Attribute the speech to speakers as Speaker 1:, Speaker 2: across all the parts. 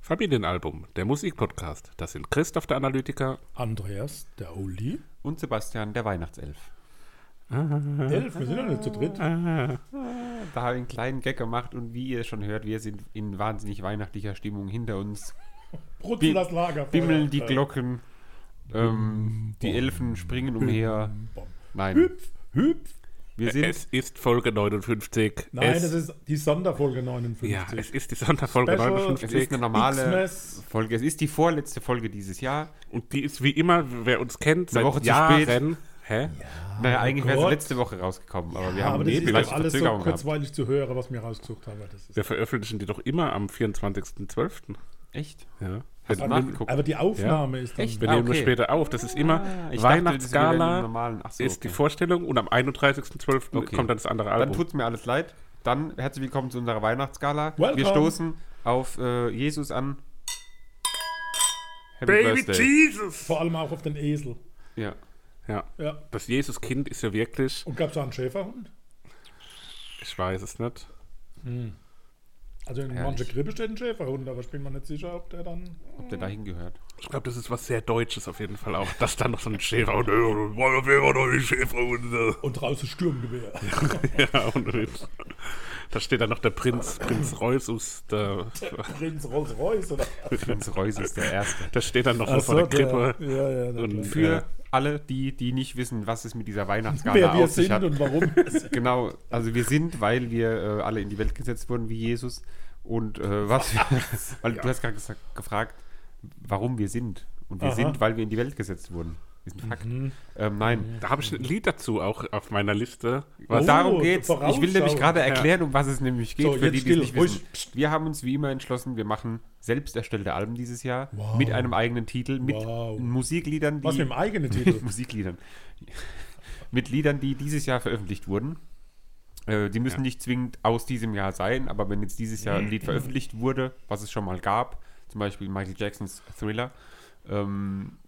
Speaker 1: Familienalbum, der Musikpodcast. Das sind Christoph der Analytiker.
Speaker 2: Andreas, der Uli.
Speaker 3: Und Sebastian, der Weihnachtself.
Speaker 2: Elf, wir sind ja nicht zu dritt.
Speaker 3: Da habe ich einen kleinen Gag gemacht und wie ihr schon hört, wir sind in wahnsinnig weihnachtlicher Stimmung hinter uns.
Speaker 2: Brutzen das Lager. Äh,
Speaker 3: Bimmeln die Glocken, ähm, die Elfen springen umher. Nein,
Speaker 2: Hüpf, hüpf.
Speaker 3: wir sind
Speaker 1: Es ist Folge 59.
Speaker 2: Nein,
Speaker 1: es,
Speaker 2: das ist die Sonderfolge
Speaker 1: Ja,
Speaker 2: 59.
Speaker 1: es ist die Sonderfolge
Speaker 2: Special.
Speaker 3: es ist
Speaker 1: 59.
Speaker 3: eine normale
Speaker 2: Xmas.
Speaker 3: Folge. Es ist die vorletzte Folge dieses Jahr.
Speaker 1: Und die ist wie immer, wer uns kennt, seit
Speaker 3: Woche zu
Speaker 1: Jahren. Hä?
Speaker 3: Naja, eigentlich wäre es
Speaker 2: Oh Gott.
Speaker 3: letzte Woche rausgekommen, aber wir
Speaker 2: Ja,
Speaker 3: haben
Speaker 2: aber das
Speaker 3: eine
Speaker 2: ist
Speaker 3: leichte
Speaker 2: doch alles so
Speaker 3: Verzögerung gehabt.
Speaker 2: kurzweilig zu hören, was wir rausgesucht haben. Das ist
Speaker 1: Wir veröffentlichen die doch immer am 24.12.
Speaker 3: Echt?
Speaker 1: Ja.
Speaker 3: Hast du
Speaker 1: Wir,
Speaker 3: nachgeguckt?
Speaker 2: aber die Aufnahme ist dann...
Speaker 3: Echt?
Speaker 1: wir
Speaker 3: Ah,
Speaker 1: nehmen das
Speaker 3: okay. Ah,
Speaker 1: später auf. Ah, Das ist immer
Speaker 3: Ich dachte, das wäre in einem
Speaker 1: Weihnachtsgala.
Speaker 3: normalen- ach so,
Speaker 1: ist die
Speaker 3: okay.
Speaker 1: Vorstellung und am 31.12.
Speaker 3: Okay.
Speaker 1: kommt dann das andere
Speaker 3: Dann
Speaker 1: Album.
Speaker 3: tut's mir alles leid. Dann herzlich willkommen zu unserer Weihnachtsgala.
Speaker 2: Welcome.
Speaker 3: Wir stoßen auf äh, Jesus an. Happy
Speaker 1: Jesus!
Speaker 2: Vor allem auch auf den Esel.
Speaker 3: Ja.
Speaker 1: Ja,
Speaker 2: Ja.
Speaker 1: das Jesuskind ist ja wirklich,
Speaker 2: Und gab es auch einen Schäferhund?
Speaker 1: ich weiß es nicht.
Speaker 2: Also in
Speaker 3: Herrlich.
Speaker 2: mancher Krippe steht ein Schäferhund, aber ich bin mir nicht sicher, ob der dann...
Speaker 3: Ob der dahin gehört.
Speaker 1: Ich glaube, das ist was sehr Deutsches auf jeden Fall auch, dass da noch so ein Schäfer und wollen auf jeden Fall noch die Schäfer und so.
Speaker 2: Und draußen Sturmgewehr.
Speaker 1: Ja, und und- da steht dann noch der Prinz, Prinz Reusus, der,
Speaker 2: Prinz Rolls-Royce oder...
Speaker 3: Prinz Reus ist der Erste.
Speaker 1: da steht dann noch so vor der Krippe.
Speaker 2: Ja, ja, na
Speaker 1: Und
Speaker 2: klar.
Speaker 3: Für
Speaker 1: Ja.
Speaker 3: alle, die, die nicht wissen, was es mit dieser Weihnachtsgala
Speaker 2: Wer wir
Speaker 3: auf sich
Speaker 2: sind
Speaker 3: hat.
Speaker 2: und warum.
Speaker 3: Genau, also wir sind, weil wir äh, alle in die Welt gesetzt wurden wie Jesus. Und äh, was, weil du hast gerade gesagt- gefragt, warum wir sind. Und wir
Speaker 2: Aha. Mhm.
Speaker 3: sind, weil wir in die Welt gesetzt wurden. Ist ein Fakt. Ähm, nein,
Speaker 1: Da habe ich ein Lied dazu auch auf meiner Liste.
Speaker 3: Und
Speaker 1: Was,
Speaker 2: Oh.
Speaker 3: darum geht's. Ich will
Speaker 2: vorausschauend.
Speaker 3: nämlich gerade erklären, um was es nämlich geht,
Speaker 2: So,
Speaker 3: für
Speaker 2: jetzt
Speaker 3: die, die es
Speaker 2: still.
Speaker 3: nicht wissen.
Speaker 2: Ruhig. Psst.
Speaker 3: Wir haben uns wie immer entschlossen, wir machen selbst erstellte Alben dieses Jahr
Speaker 2: Wow.
Speaker 3: mit einem eigenen Titel, mit
Speaker 2: Wow.
Speaker 3: Musikliedern, die
Speaker 2: Was mit dem eigenen Titel?
Speaker 3: Musikliedern, mit Liedern, die dieses Jahr veröffentlicht wurden. Äh, die müssen nicht zwingend aus diesem Jahr sein, aber wenn jetzt dieses Jahr ein Lied veröffentlicht wurde, was es schon mal gab, zum Beispiel Michael Jacksons Thriller, ähm,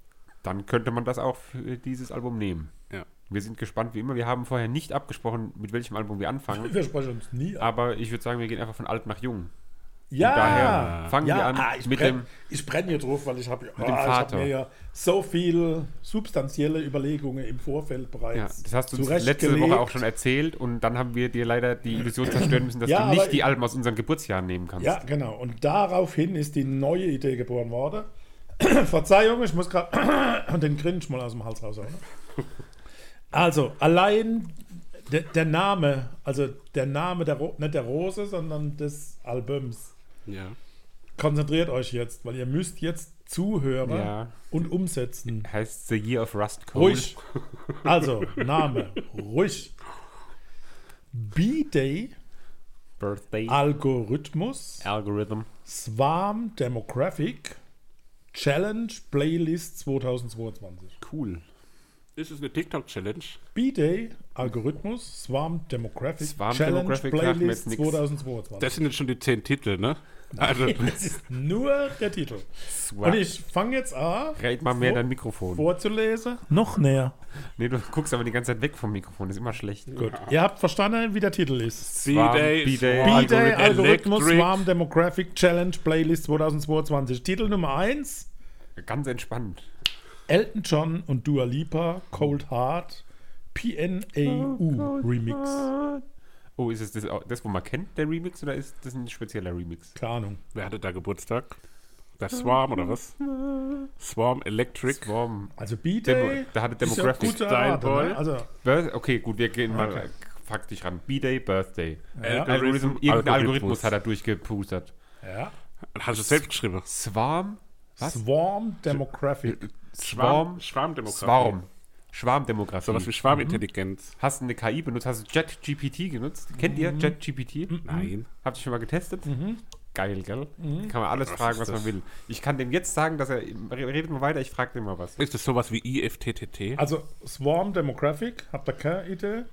Speaker 3: dann könnte man das auch für dieses Album nehmen.
Speaker 1: ja.
Speaker 3: Wir sind gespannt, wie immer. Wir haben vorher nicht abgesprochen, mit welchem Album wir anfangen.
Speaker 2: Wir sprechen uns nie ab.
Speaker 3: Aber ich würde sagen, wir gehen einfach von alt nach jung.
Speaker 2: Ja,
Speaker 3: daher fangen
Speaker 2: ja,
Speaker 3: wir an
Speaker 2: ah, ich
Speaker 3: mit
Speaker 2: brenn-
Speaker 3: dem-
Speaker 2: Ich brenne hier drauf, weil ich habe
Speaker 3: dem
Speaker 2: ah, ich hab
Speaker 3: Vater.
Speaker 2: mir ja so viele substanzielle Überlegungen im Vorfeld
Speaker 3: Ja,
Speaker 2: bereits.
Speaker 3: das hast du uns
Speaker 2: zurechtgelegt.
Speaker 3: letzte Woche auch schon erzählt und dann haben wir dir leider die Illusion zerstören müssen, dass
Speaker 2: Ja,
Speaker 3: du
Speaker 2: aber
Speaker 3: nicht die
Speaker 2: ich-
Speaker 3: Alben aus unseren Geburtsjahren nehmen kannst.
Speaker 2: Ja, genau. Und daraufhin ist die neue Idee geboren worden. Verzeihung, ich muss gerade den Grinch mal aus dem Hals raushauen. Also, allein de, der Name, also der Name der, Ro- nicht der Rose, sondern des Albums.
Speaker 1: ja.
Speaker 2: Konzentriert euch jetzt, weil ihr müsst jetzt zuhören
Speaker 3: Ja.
Speaker 2: und umsetzen.
Speaker 3: Heißt The Year of Rust Cold.
Speaker 2: Ruhig. Also, Name. Ruhig. B-Day,
Speaker 3: Birthday.
Speaker 2: Ah. Algorithmus,
Speaker 3: Algorithm.
Speaker 2: Swarm Demographic, Challenge Playlist 2022.
Speaker 3: Cool.
Speaker 1: Ist es eine TikTok-Challenge?
Speaker 2: B-Day, Algorithmus, Swarm Demographic,
Speaker 3: Swarm
Speaker 2: Challenge
Speaker 3: Demographic sagt mir
Speaker 2: Playlist
Speaker 3: jetzt nix.
Speaker 2: 2022.
Speaker 1: Das sind jetzt schon die zehn Titel, ne? Also,
Speaker 2: das ist nur der Titel.
Speaker 3: Swag.
Speaker 2: Und ich fange jetzt an,
Speaker 3: Red mal mehr
Speaker 2: vor-
Speaker 3: dein Mikrofon.
Speaker 2: vorzulesen. Noch näher.
Speaker 3: Nee, du guckst aber die ganze Zeit weg vom Mikrofon, ist immer schlecht.
Speaker 2: Gut. Ihr habt verstanden, wie der Titel ist.
Speaker 1: B-Day,
Speaker 3: B-Day,
Speaker 1: Swarm,
Speaker 2: B-Day Algorithmus
Speaker 1: Electric.
Speaker 2: Swarm Demographic Challenge Playlist 2022. Titel Nummer 1:
Speaker 3: Ganz entspannt.
Speaker 2: Elton John und Dua Lipa Cold Heart PNAU Remix.
Speaker 3: Oh, ist es das, auch- das, wo man kennt, der Remix, oder ist das ein spezieller Remix?
Speaker 2: Keine Ahnung.
Speaker 1: Wer hatte da Geburtstag? Der Swarm oder was? Swarm Electric.
Speaker 3: Warm.
Speaker 2: Also B-Day.
Speaker 3: Demo- da hatte
Speaker 2: ist ja
Speaker 3: Demographic
Speaker 2: gute Errate,
Speaker 1: Styleball.
Speaker 2: ne? Also
Speaker 3: Birth okay, gut, wir gehen mal faktisch ran. B-Day, Birthday.
Speaker 1: Ja.
Speaker 3: Algorithm, irgendein Algorithmus.
Speaker 1: Algorithmus
Speaker 3: hat er durchgepustert.
Speaker 2: ja.
Speaker 1: Hast du selbst geschrieben?
Speaker 3: Swarm? Was?
Speaker 2: Swarm Demographic.
Speaker 3: Swarm?
Speaker 1: Schwarmdemokratie.
Speaker 3: Swarm. Schwarmdemografie.
Speaker 1: Sowas wie Schwarmintelligenz.
Speaker 3: hast du eine KI benutzt? Hast du ChatGPT genutzt? Kennt ihr ChatGPT?
Speaker 1: Nein.
Speaker 3: Habt ihr schon mal getestet? Geil, gell? Kann man alles
Speaker 1: Was
Speaker 3: fragen,
Speaker 1: ist
Speaker 3: was
Speaker 1: das?
Speaker 3: man will. Ich kann dem jetzt sagen, dass er. Redet mal weiter, ich frage dem mal was.
Speaker 1: Ist das sowas wie IFTTT?
Speaker 2: Also Swarm Demographic, habt ihr keine Idee?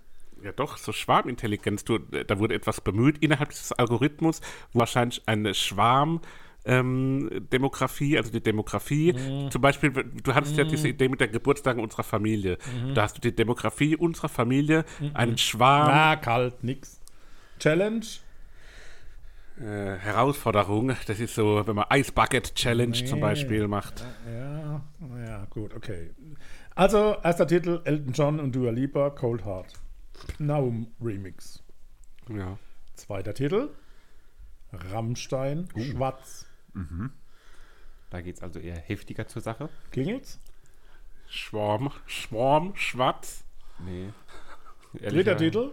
Speaker 1: Ja doch, so Schwarmintelligenz. Du, da wurde etwas bemüht innerhalb dieses Algorithmus, wo wahrscheinlich eine Schwarm... Ähm, Demografie, also die Demografie. Zum Beispiel, du hattest ja diese Idee mit der Geburtstagen unserer Familie. Da hast du die Demografie unserer Mhm. Familie, einen Schwarm.
Speaker 2: Na, kalt, nix. Challenge
Speaker 1: äh, Herausforderung. Das ist so, wenn man Ice Bucket Challenge zum Beispiel macht.
Speaker 2: Ja, ja, gut, okay. Also, erster Titel: Elton John und Dua Lipa, Cold Heart. Pnaum Remix.
Speaker 1: Ja.
Speaker 2: Zweiter Titel: Rammstein,
Speaker 3: Uh.
Speaker 2: Schwarz.
Speaker 3: Da geht es also eher heftiger zur Sache.
Speaker 2: Klingelt's?
Speaker 1: Schwarm, Schwarm, Schwarz.
Speaker 3: Nee.
Speaker 2: Dritter
Speaker 3: Ehrlicher-
Speaker 2: Titel: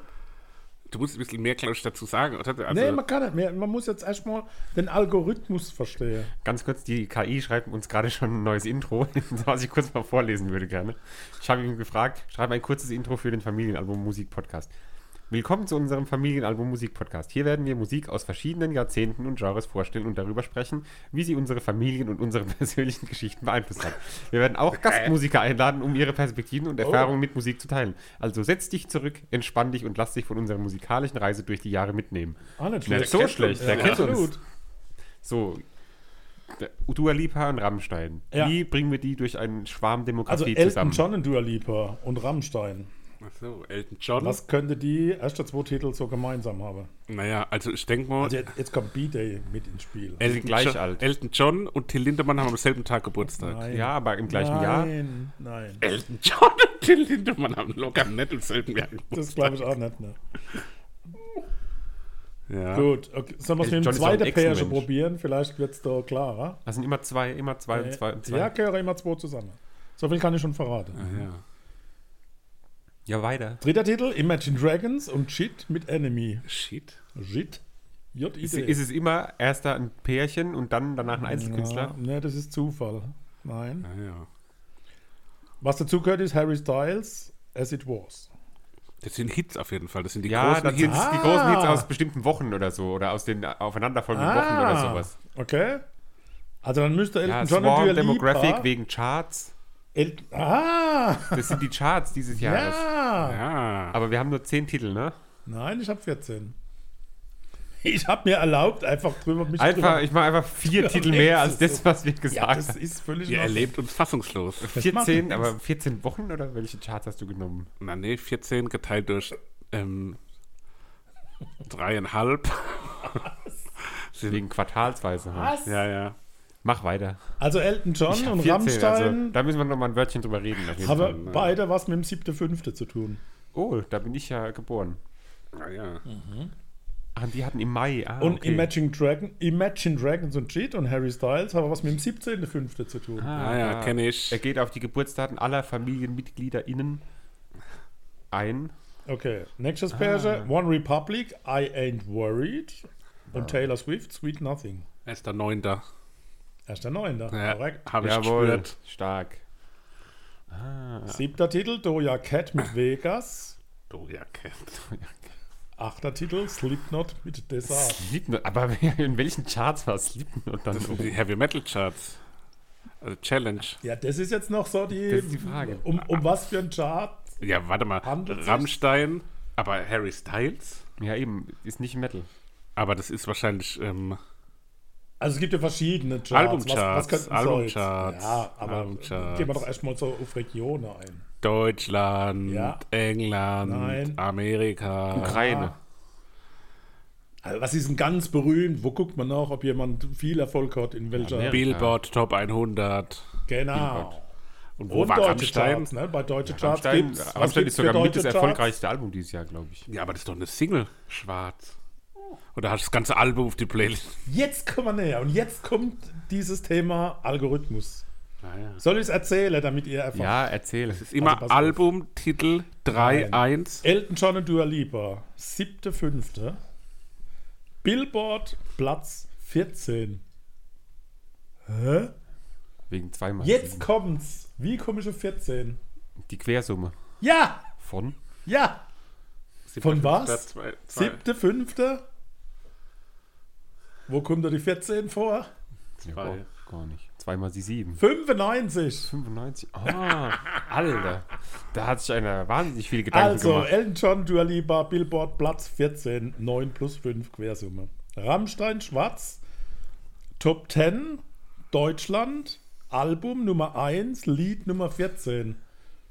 Speaker 1: Du musst ein bisschen mehr, glaube ich, dazu sagen, oder? Also,
Speaker 2: Nee, man kann nicht mehr. Man muss jetzt erstmal den Algorithmus verstehen.
Speaker 3: Ganz kurz, die KI schreibt uns gerade schon ein neues Intro, was ich kurz mal vorlesen würde gerne. Ich habe ihn gefragt, schreibe ein kurzes Intro für den Familienalbum Musik Podcast. Willkommen zu unserem Familienalbum Musik Podcast. Hier werden wir Musik aus verschiedenen Jahrzehnten und Genres vorstellen und darüber sprechen, wie sie unsere Familien und unsere persönlichen Geschichten beeinflusst hat. Wir werden auch Gastmusiker einladen, um ihre Perspektiven und Erfahrungen mit Musik zu teilen. Also setz dich zurück, entspann dich und lass dich von unserer musikalischen Reise durch die Jahre mitnehmen.
Speaker 2: Ah, nicht
Speaker 3: Nicht so
Speaker 1: kennt
Speaker 3: schlecht,
Speaker 1: uns.
Speaker 3: der
Speaker 1: Ja,
Speaker 3: kennt uns.
Speaker 2: absolut.
Speaker 3: So. der- Dua Lipa und Rammstein.
Speaker 2: Ja.
Speaker 3: Wie bringen wir die durch einen Schwarm
Speaker 2: Also
Speaker 3: Demokratie
Speaker 2: Elton
Speaker 3: zusammen? Hm?
Speaker 2: John und Dua Lipa und Rammstein.
Speaker 1: Ach so, Elton John.
Speaker 2: Was könnte die erste zwei Titel so gemeinsam haben?
Speaker 1: Naja, also ich denke mal,
Speaker 2: Also jetzt, jetzt kommt B-Day mit ins Spiel.
Speaker 1: Elton,
Speaker 3: gleich
Speaker 1: John,
Speaker 3: alt.
Speaker 1: Elton John und Till Lindemann haben am selben Tag Geburtstag.
Speaker 3: Ja, aber im gleichen Jahr.
Speaker 2: nein, nein.
Speaker 1: Elton John und Till Lindemann haben locker nicht im selben Jahr
Speaker 2: Das
Speaker 1: Geburtstag.
Speaker 2: glaube ich auch nicht. Ne?
Speaker 1: Ja.
Speaker 2: Gut, okay. sollen wir es
Speaker 3: Elton
Speaker 2: mit
Speaker 3: John
Speaker 2: dem
Speaker 3: ist doch ein
Speaker 2: zweiten Pärchen
Speaker 3: Echsenmensch.
Speaker 2: probieren? Vielleicht wird es da klarer.
Speaker 3: Das sind immer zwei, immer zwei, und zwei, und zwei.
Speaker 2: Äh, Ja, gehören immer zwei zusammen. So viel kann ich schon verraten.
Speaker 1: Ja.
Speaker 3: ja, weiter.
Speaker 2: Dritter Titel, Imagine Dragons und Shit mit Enemy.
Speaker 1: Shit.
Speaker 2: Shit? j
Speaker 3: Ist, ist es immer erster ein Pärchen und dann danach ein
Speaker 2: Ja,
Speaker 3: Einzelkünstler?
Speaker 2: ne, das ist Zufall. Nein.
Speaker 1: Naja.
Speaker 2: Was dazu gehört, ist Harry Styles, As It Was.
Speaker 1: Das sind Hits auf jeden Fall. Das sind die
Speaker 3: Ja,
Speaker 1: großen
Speaker 3: dann
Speaker 1: Hits.
Speaker 3: sind es die großen Hits
Speaker 2: Ah.
Speaker 3: aus bestimmten Wochen oder so. Oder aus den aufeinanderfolgenden Wochen oder sowas.
Speaker 2: Okay. Also dann müsste Ah. Elton
Speaker 3: Ja,
Speaker 2: John und Dua
Speaker 3: Swarm
Speaker 2: Lipa...
Speaker 3: Demographic wegen Charts.
Speaker 2: Elton, ah!
Speaker 3: Das sind die Charts dieses Jahres.
Speaker 2: Ja!
Speaker 1: Ja.
Speaker 3: Aber wir haben nur zehn Titel, ne?
Speaker 2: Nein, ich habe 14. Ich habe mir erlaubt, einfach drüber mich
Speaker 3: Einfach,
Speaker 2: drüber.
Speaker 3: ich mache einfach vier Titel mehr als das, was wir gesagt
Speaker 2: Ja,
Speaker 3: haben.
Speaker 2: das ist völlig
Speaker 1: Ihr
Speaker 2: in Ordnung.
Speaker 1: erlebt uns fassungslos.
Speaker 2: macht
Speaker 3: 14,
Speaker 2: nichts.
Speaker 3: aber 14 Wochen oder welche Charts hast du genommen?
Speaker 1: Na nee, 14 geteilt durch ähm, dreieinhalb.
Speaker 3: Wegen quartalsweise. halt.
Speaker 2: Was?
Speaker 1: Ja, ja.
Speaker 3: Mach weiter.
Speaker 2: Also Elton John
Speaker 3: Ich hab also-
Speaker 2: und
Speaker 3: 14, also,
Speaker 2: Rammstein
Speaker 3: da müssen wir nochmal ein Wörtchen drüber reden. Auf jeden Fall.
Speaker 2: haben beide was mit dem siebte, fünfte zu tun.
Speaker 3: Oh, da bin ich ja geboren.
Speaker 1: Ah, ja.
Speaker 3: Ach, und die hatten im Mai. Ah,
Speaker 2: Und
Speaker 3: okay.
Speaker 2: Imagine, Dragon, Imagine Dragons und Cheat und Harry Styles haben was mit dem 17. fünfte zu tun.
Speaker 1: Ah, ja, kenn ich.
Speaker 3: Er geht auf die Geburtsdaten aller FamilienmitgliederInnen ein.
Speaker 2: Okay,
Speaker 3: Ah.
Speaker 2: nächstes Pärchen, One Republic, I Ain't Worried und Taylor Swift, Sweet Nothing.
Speaker 1: Erster Neunter.
Speaker 2: Erster Neunter,
Speaker 1: Ja,
Speaker 2: korrekt.
Speaker 1: Habe ich gespürt.
Speaker 3: Stark.
Speaker 2: Siebter Titel, Doja Cat mit Vegas.
Speaker 1: Du, ja, kennt.
Speaker 2: Achter Titel, Slipknot mit Desart.
Speaker 3: Slipknot. Aber in welchen Charts war Slipknot dann? um.
Speaker 1: Das sind die Heavy Metal Charts. Also Challenge.
Speaker 2: Ja, das ist jetzt noch so die.
Speaker 3: Das ist die Frage.
Speaker 2: Um, um was für ein Chart?
Speaker 1: Ja, warte mal.
Speaker 2: Handelt sich's?
Speaker 1: Rammstein, aber Harry Styles?
Speaker 3: Ja, eben. Ist nicht Metal.
Speaker 1: Aber das ist wahrscheinlich. Ähm,
Speaker 2: Also es gibt ja verschiedene Charts.
Speaker 1: Albumcharts,
Speaker 2: könnten so
Speaker 1: Albumcharts,
Speaker 2: jetzt- Ja, aber
Speaker 1: Albumcharts.
Speaker 2: gehen wir doch erstmal so auf Regionen ein.
Speaker 1: Deutschland,
Speaker 2: Ja.
Speaker 1: England,
Speaker 2: Nein.
Speaker 1: Amerika.
Speaker 3: Ukraine.
Speaker 2: Also was ist denn ganz berühmt? Wo guckt man nach, ob jemand viel Erfolg hat, in welcher...
Speaker 3: Amerika.
Speaker 1: Billboard Top 100.
Speaker 2: genau.
Speaker 1: Und wo
Speaker 3: Oh,
Speaker 2: Und
Speaker 1: war
Speaker 2: deutsche
Speaker 1: Rammstein?
Speaker 2: Charts, ne? Bei deutschen Charts
Speaker 3: Rammstein,
Speaker 2: gibt's. was
Speaker 3: Rammstein
Speaker 2: gibt's
Speaker 3: ist
Speaker 2: für
Speaker 3: sogar mit
Speaker 2: deutsche
Speaker 3: das
Speaker 2: Charts?
Speaker 3: erfolgreichste Album dieses Jahr, glaube ich.
Speaker 1: Ja, aber das ist doch eine Single. Schwarz.
Speaker 2: Oh.
Speaker 1: Oder hast du das ganze Album auf die Playlist?
Speaker 2: Jetzt kommen wir näher. Und jetzt kommt dieses Thema Algorithmus.
Speaker 1: Naja.
Speaker 2: Soll ich es erzählen, damit ihr erfahrt?
Speaker 3: Ja, erzähl.
Speaker 1: Ist immer
Speaker 2: Also pass auf.
Speaker 1: Album, Titel 3,
Speaker 2: Nein.
Speaker 1: 1.
Speaker 2: Elton John und Dua Lipa, siebte, fünfte. Billboard, Platz 14. Hä?
Speaker 3: Wegen zweimal.
Speaker 2: Jetzt kommt's. Wie komische 14.
Speaker 3: Die Quersumme
Speaker 2: Ja,
Speaker 3: von.
Speaker 2: ja. Von was?
Speaker 1: Zwei, zwei.
Speaker 2: Siebte, fünfte. Wo kommt da die 14 vor?
Speaker 3: Ja, gar- gar nicht. Zweimal die sieben.
Speaker 2: 95.
Speaker 3: 95. Ah, Alter. Da hat sich einer wahnsinnig viele Gedanken
Speaker 2: Also,
Speaker 3: gemacht.
Speaker 2: Elton John, Dua Lipa, Billboard, Platz 14, 9 plus 5, Quersumme. Rammstein, Schwarz, Top 10, Deutschland, Album Nummer 1, Lied Nummer 14.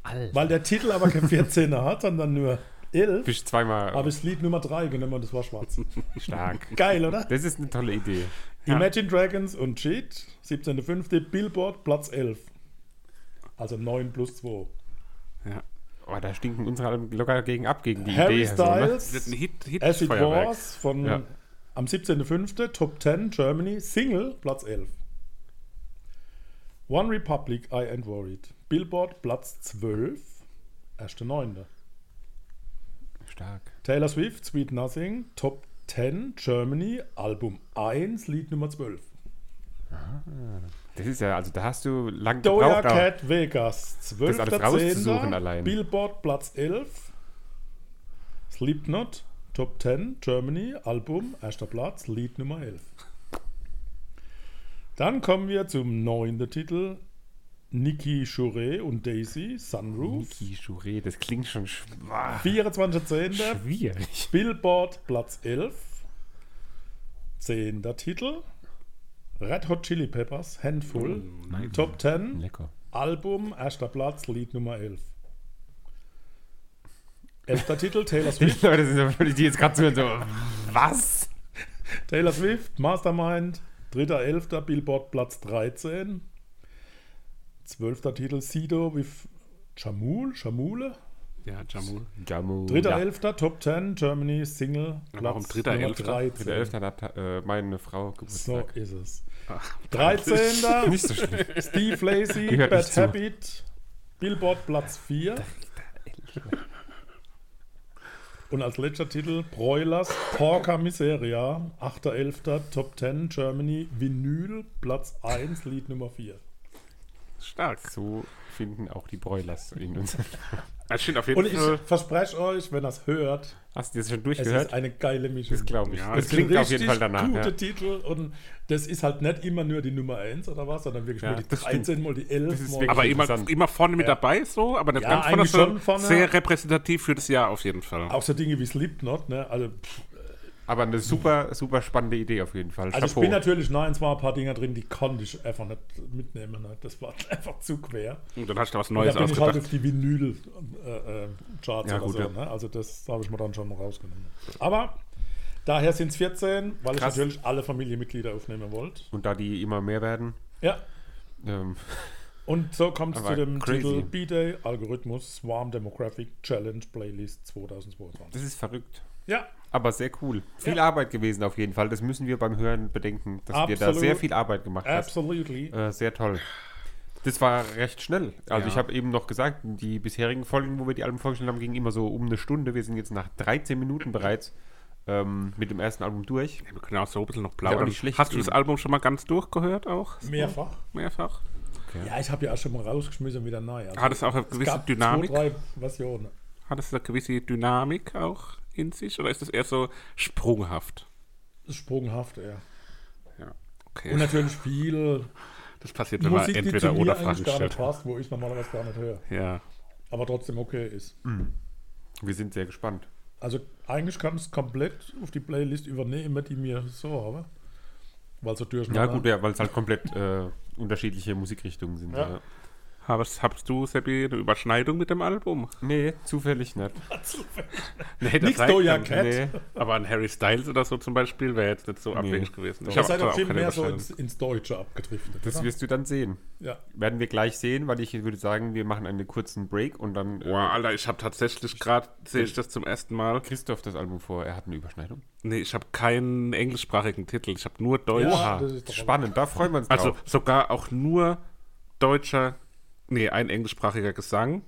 Speaker 3: Alter.
Speaker 2: Weil der Titel aber kein 14er hat, sondern nur 11
Speaker 3: Bist zweimal
Speaker 2: habe ich das Lied Nummer 3 genommen und das war schwarz.
Speaker 3: stark.
Speaker 2: Geil, oder?
Speaker 3: Das ist eine tolle Idee.
Speaker 2: Imagine Dragons und Cheat, 17.05. Billboard, Platz 11. Also 9 plus 2.
Speaker 1: Ja.
Speaker 3: Oh, da stinken unsere Alben locker gegen ab, gegen die
Speaker 2: Harry
Speaker 3: Idee. so, ne?
Speaker 2: Styles,
Speaker 1: Das ist ein Hit, Hit
Speaker 2: Acid
Speaker 3: Feuerwerk.
Speaker 2: Wars von
Speaker 3: Ja.
Speaker 2: am 17.05. Top 10 Germany, Single, Platz 11. One Republic, I Ain't Worried. Billboard, Platz 12, 1.9.
Speaker 3: Stark.
Speaker 2: Taylor Swift, Sweet Nothing, Top 10 Germany, Album 1, Lied Nummer 12.
Speaker 3: Das ist ja, also da hast du lang
Speaker 2: Doja
Speaker 3: gebraucht. aber-
Speaker 2: Cat Vegas, 12.
Speaker 3: alles rauszusuchen allein.
Speaker 2: Billboard Platz 11. Slipknot, Top 10, Germany, Album, erster Platz, Lied Nummer 11. Dann kommen wir zum neunten Titel. Nikki Shure und Daisy, Sunroof.
Speaker 3: Niki Jure, das klingt schon schwach.
Speaker 2: 24.10.
Speaker 3: Schwierig.
Speaker 2: Billboard Platz 11. Zehnter Titel. Red Hot Chili Peppers, Handful. Top 10.
Speaker 3: Oh, Lecker.
Speaker 2: Album, erster Platz, Lied Nummer 11. Elfter Titel, Taylor Swift.
Speaker 3: Die Leute sind so, die jetzt gerade zuhören, so, was?
Speaker 2: Taylor Swift, Mastermind. Dritter, elfter, Billboard, Platz 13. Zwölfter Titel, Sido with Jamul, Jamule.
Speaker 1: Ja, Jamul.
Speaker 3: Jamu.
Speaker 2: Dritter,
Speaker 3: ja.
Speaker 2: elfter, Top 10, Germany, Single, Platz
Speaker 1: warum dritter,
Speaker 2: Nummer
Speaker 1: elfter?
Speaker 2: 13.
Speaker 3: Dritter Elfter hat äh, meine Frau
Speaker 2: So
Speaker 3: Geburtstag.
Speaker 2: ist es.
Speaker 1: Ach,
Speaker 2: 13.
Speaker 3: Nicht so schlimm.
Speaker 2: Steve Lacey,
Speaker 3: Gehört nicht
Speaker 2: Bad
Speaker 3: zu.
Speaker 2: Habit, Billboard Platz 4. Und als letzter Titel Broilers Porca Miseria, 8.11. Top 10 Germany, Vinyl, Platz 1, Lied Nummer 4.
Speaker 1: stark.
Speaker 3: So finden auch die Broilers in uns.
Speaker 1: Das steht auf jeden
Speaker 2: Und ich
Speaker 3: Äh.
Speaker 1: Fall.
Speaker 2: verspreche euch, wenn ihr es hört,
Speaker 3: Hast du das schon
Speaker 2: es ist
Speaker 3: durchgehört?
Speaker 2: eine geile Mischung.
Speaker 3: Das glaube ich.
Speaker 1: Ja,
Speaker 3: das
Speaker 1: es
Speaker 3: klingt
Speaker 2: Sind
Speaker 3: auf jeden
Speaker 2: richtig
Speaker 3: Fall danach.
Speaker 2: Gute
Speaker 3: Ja.
Speaker 2: Titel und das ist halt nicht immer nur die Nummer 1 oder was, sondern wirklich
Speaker 3: Ja,
Speaker 2: nur die
Speaker 3: das stimmt.
Speaker 2: 13 mal die 11
Speaker 3: Das ist
Speaker 2: mal
Speaker 3: wirklich-
Speaker 1: Aber immer,
Speaker 3: interessant.
Speaker 1: immer vorne mit dabei, so, aber nicht
Speaker 2: Ja,
Speaker 1: ganz vorne,
Speaker 2: eigentlich
Speaker 1: sondern
Speaker 2: schon vorne.
Speaker 1: sehr repräsentativ für das Jahr auf jeden Fall.
Speaker 2: Auch so Dinge wie Slipknot, ne? Also, pff,
Speaker 3: Aber eine super, super spannende Idee auf jeden Fall.
Speaker 2: also ich bin natürlich, nein, es waren ein paar Dinger drin, die konnte ich einfach nicht mitnehmen. Ne? Das war einfach zu quer.
Speaker 1: Und dann hast du was
Speaker 2: Und da
Speaker 1: Neues
Speaker 2: bin ich halt
Speaker 1: ausgedacht.
Speaker 2: auf die Vinyl-Charts
Speaker 3: Ja,
Speaker 2: oder
Speaker 3: gut,
Speaker 2: so.
Speaker 3: ja.
Speaker 2: Ne? Also das habe ich mir dann schon rausgenommen. Aber daher sind es 14, weil
Speaker 3: Krass.
Speaker 2: ich natürlich alle Familienmitglieder aufnehmen wollte.
Speaker 3: Und da die immer mehr werden,
Speaker 2: Ja,
Speaker 3: ähm,
Speaker 2: und so kommt es
Speaker 3: Aber
Speaker 2: zu dem
Speaker 3: crazy.
Speaker 2: Titel B-Day Algorithmus Swarm Demographic Challenge Playlist 2022.
Speaker 3: das ist verrückt.
Speaker 2: Ja,
Speaker 3: Aber sehr cool. Viel
Speaker 2: Ja.
Speaker 3: Arbeit gewesen auf jeden Fall. Das müssen wir beim Hören bedenken, dass wir da
Speaker 2: Absolut.
Speaker 3: sehr viel Arbeit gemacht haben.
Speaker 2: absolutely.
Speaker 3: Äh, sehr toll. Das war recht schnell. Also
Speaker 1: Ja.
Speaker 3: ich habe eben noch gesagt, die bisherigen Folgen, wo wir die Alben vorgestellt haben, gingen immer so um eine Stunde. Wir sind jetzt nach 13 Minuten bereits ähm, mit dem ersten Album durch.
Speaker 1: Wir können auch so ein bisschen noch
Speaker 3: Ja, aber
Speaker 1: plaudern.
Speaker 3: nicht schlecht
Speaker 1: Hast du das
Speaker 3: eben.
Speaker 1: Album schon mal ganz durchgehört auch?
Speaker 2: Mehrfach.
Speaker 1: Mehrfach?
Speaker 2: Ja, ich habe ja auch schon mal rausgeschmissen und wieder neu.
Speaker 3: Ah,
Speaker 2: Also
Speaker 1: Hat es auch eine gewisse
Speaker 2: gab
Speaker 1: Dynamik?
Speaker 2: Zwei, drei Versionen.
Speaker 1: Hat es eine gewisse Dynamik auch in sich? Oder ist es eher so sprunghaft?
Speaker 2: Sprunghaft, ja.
Speaker 1: Ja.
Speaker 2: Und
Speaker 1: Okay.
Speaker 2: natürlich viel
Speaker 1: Das passiert, wenn man
Speaker 2: Musik, die zu
Speaker 1: entweder
Speaker 2: mir
Speaker 1: oder
Speaker 2: eigentlich
Speaker 1: Fragen
Speaker 2: gar nicht
Speaker 1: stellt.
Speaker 2: passt, wo ich normalerweise gar nicht höre.
Speaker 1: Ja.
Speaker 2: Aber trotzdem okay ist.
Speaker 3: Wir sind sehr gespannt.
Speaker 2: Also eigentlich kann ich es komplett auf die Playlist übernehmen, die mir so habe. Weil so
Speaker 3: Ja
Speaker 2: durcheinander.
Speaker 3: gut, ja, weil es halt komplett äh, unterschiedliche Musikrichtungen sind.
Speaker 2: Ja.
Speaker 3: Ja.
Speaker 1: Hast, hast du, Seppi, eine Überschneidung mit dem Album?
Speaker 3: Nee, zufällig nicht.
Speaker 1: Nee, das
Speaker 2: Nix
Speaker 1: reicht
Speaker 2: Doja
Speaker 1: dann.
Speaker 2: Cat.
Speaker 3: Nee.
Speaker 1: Aber ein Harry Styles oder so zum Beispiel wäre jetzt nicht so abwegig gewesen. Ich
Speaker 2: Ihr seid
Speaker 1: da
Speaker 2: doch viel
Speaker 1: keine
Speaker 2: mehr so
Speaker 1: Überschneidung.
Speaker 2: ins, ins Deutsche abgedriftet.
Speaker 3: Das
Speaker 2: oder?
Speaker 3: wirst du dann sehen.
Speaker 2: ja.
Speaker 3: Werden wir gleich sehen, weil ich würde sagen, wir machen einen kurzen Break und dann äh,
Speaker 1: Boah, Alter, ich habe tatsächlich gerade, sehe ich das zum ersten Mal.
Speaker 3: Christoph das Album vor. Er hat eine Überschneidung.
Speaker 1: Nee, ich habe keinen englischsprachigen Titel. Ich habe nur Deutsch.
Speaker 2: Ja,
Speaker 3: Oha,
Speaker 2: das ist doch-
Speaker 3: Ah, spannend. Da freuen wir uns
Speaker 1: Also
Speaker 3: drauf.
Speaker 1: sogar auch nur deutscher, nee, ein englischsprachiger Gesang.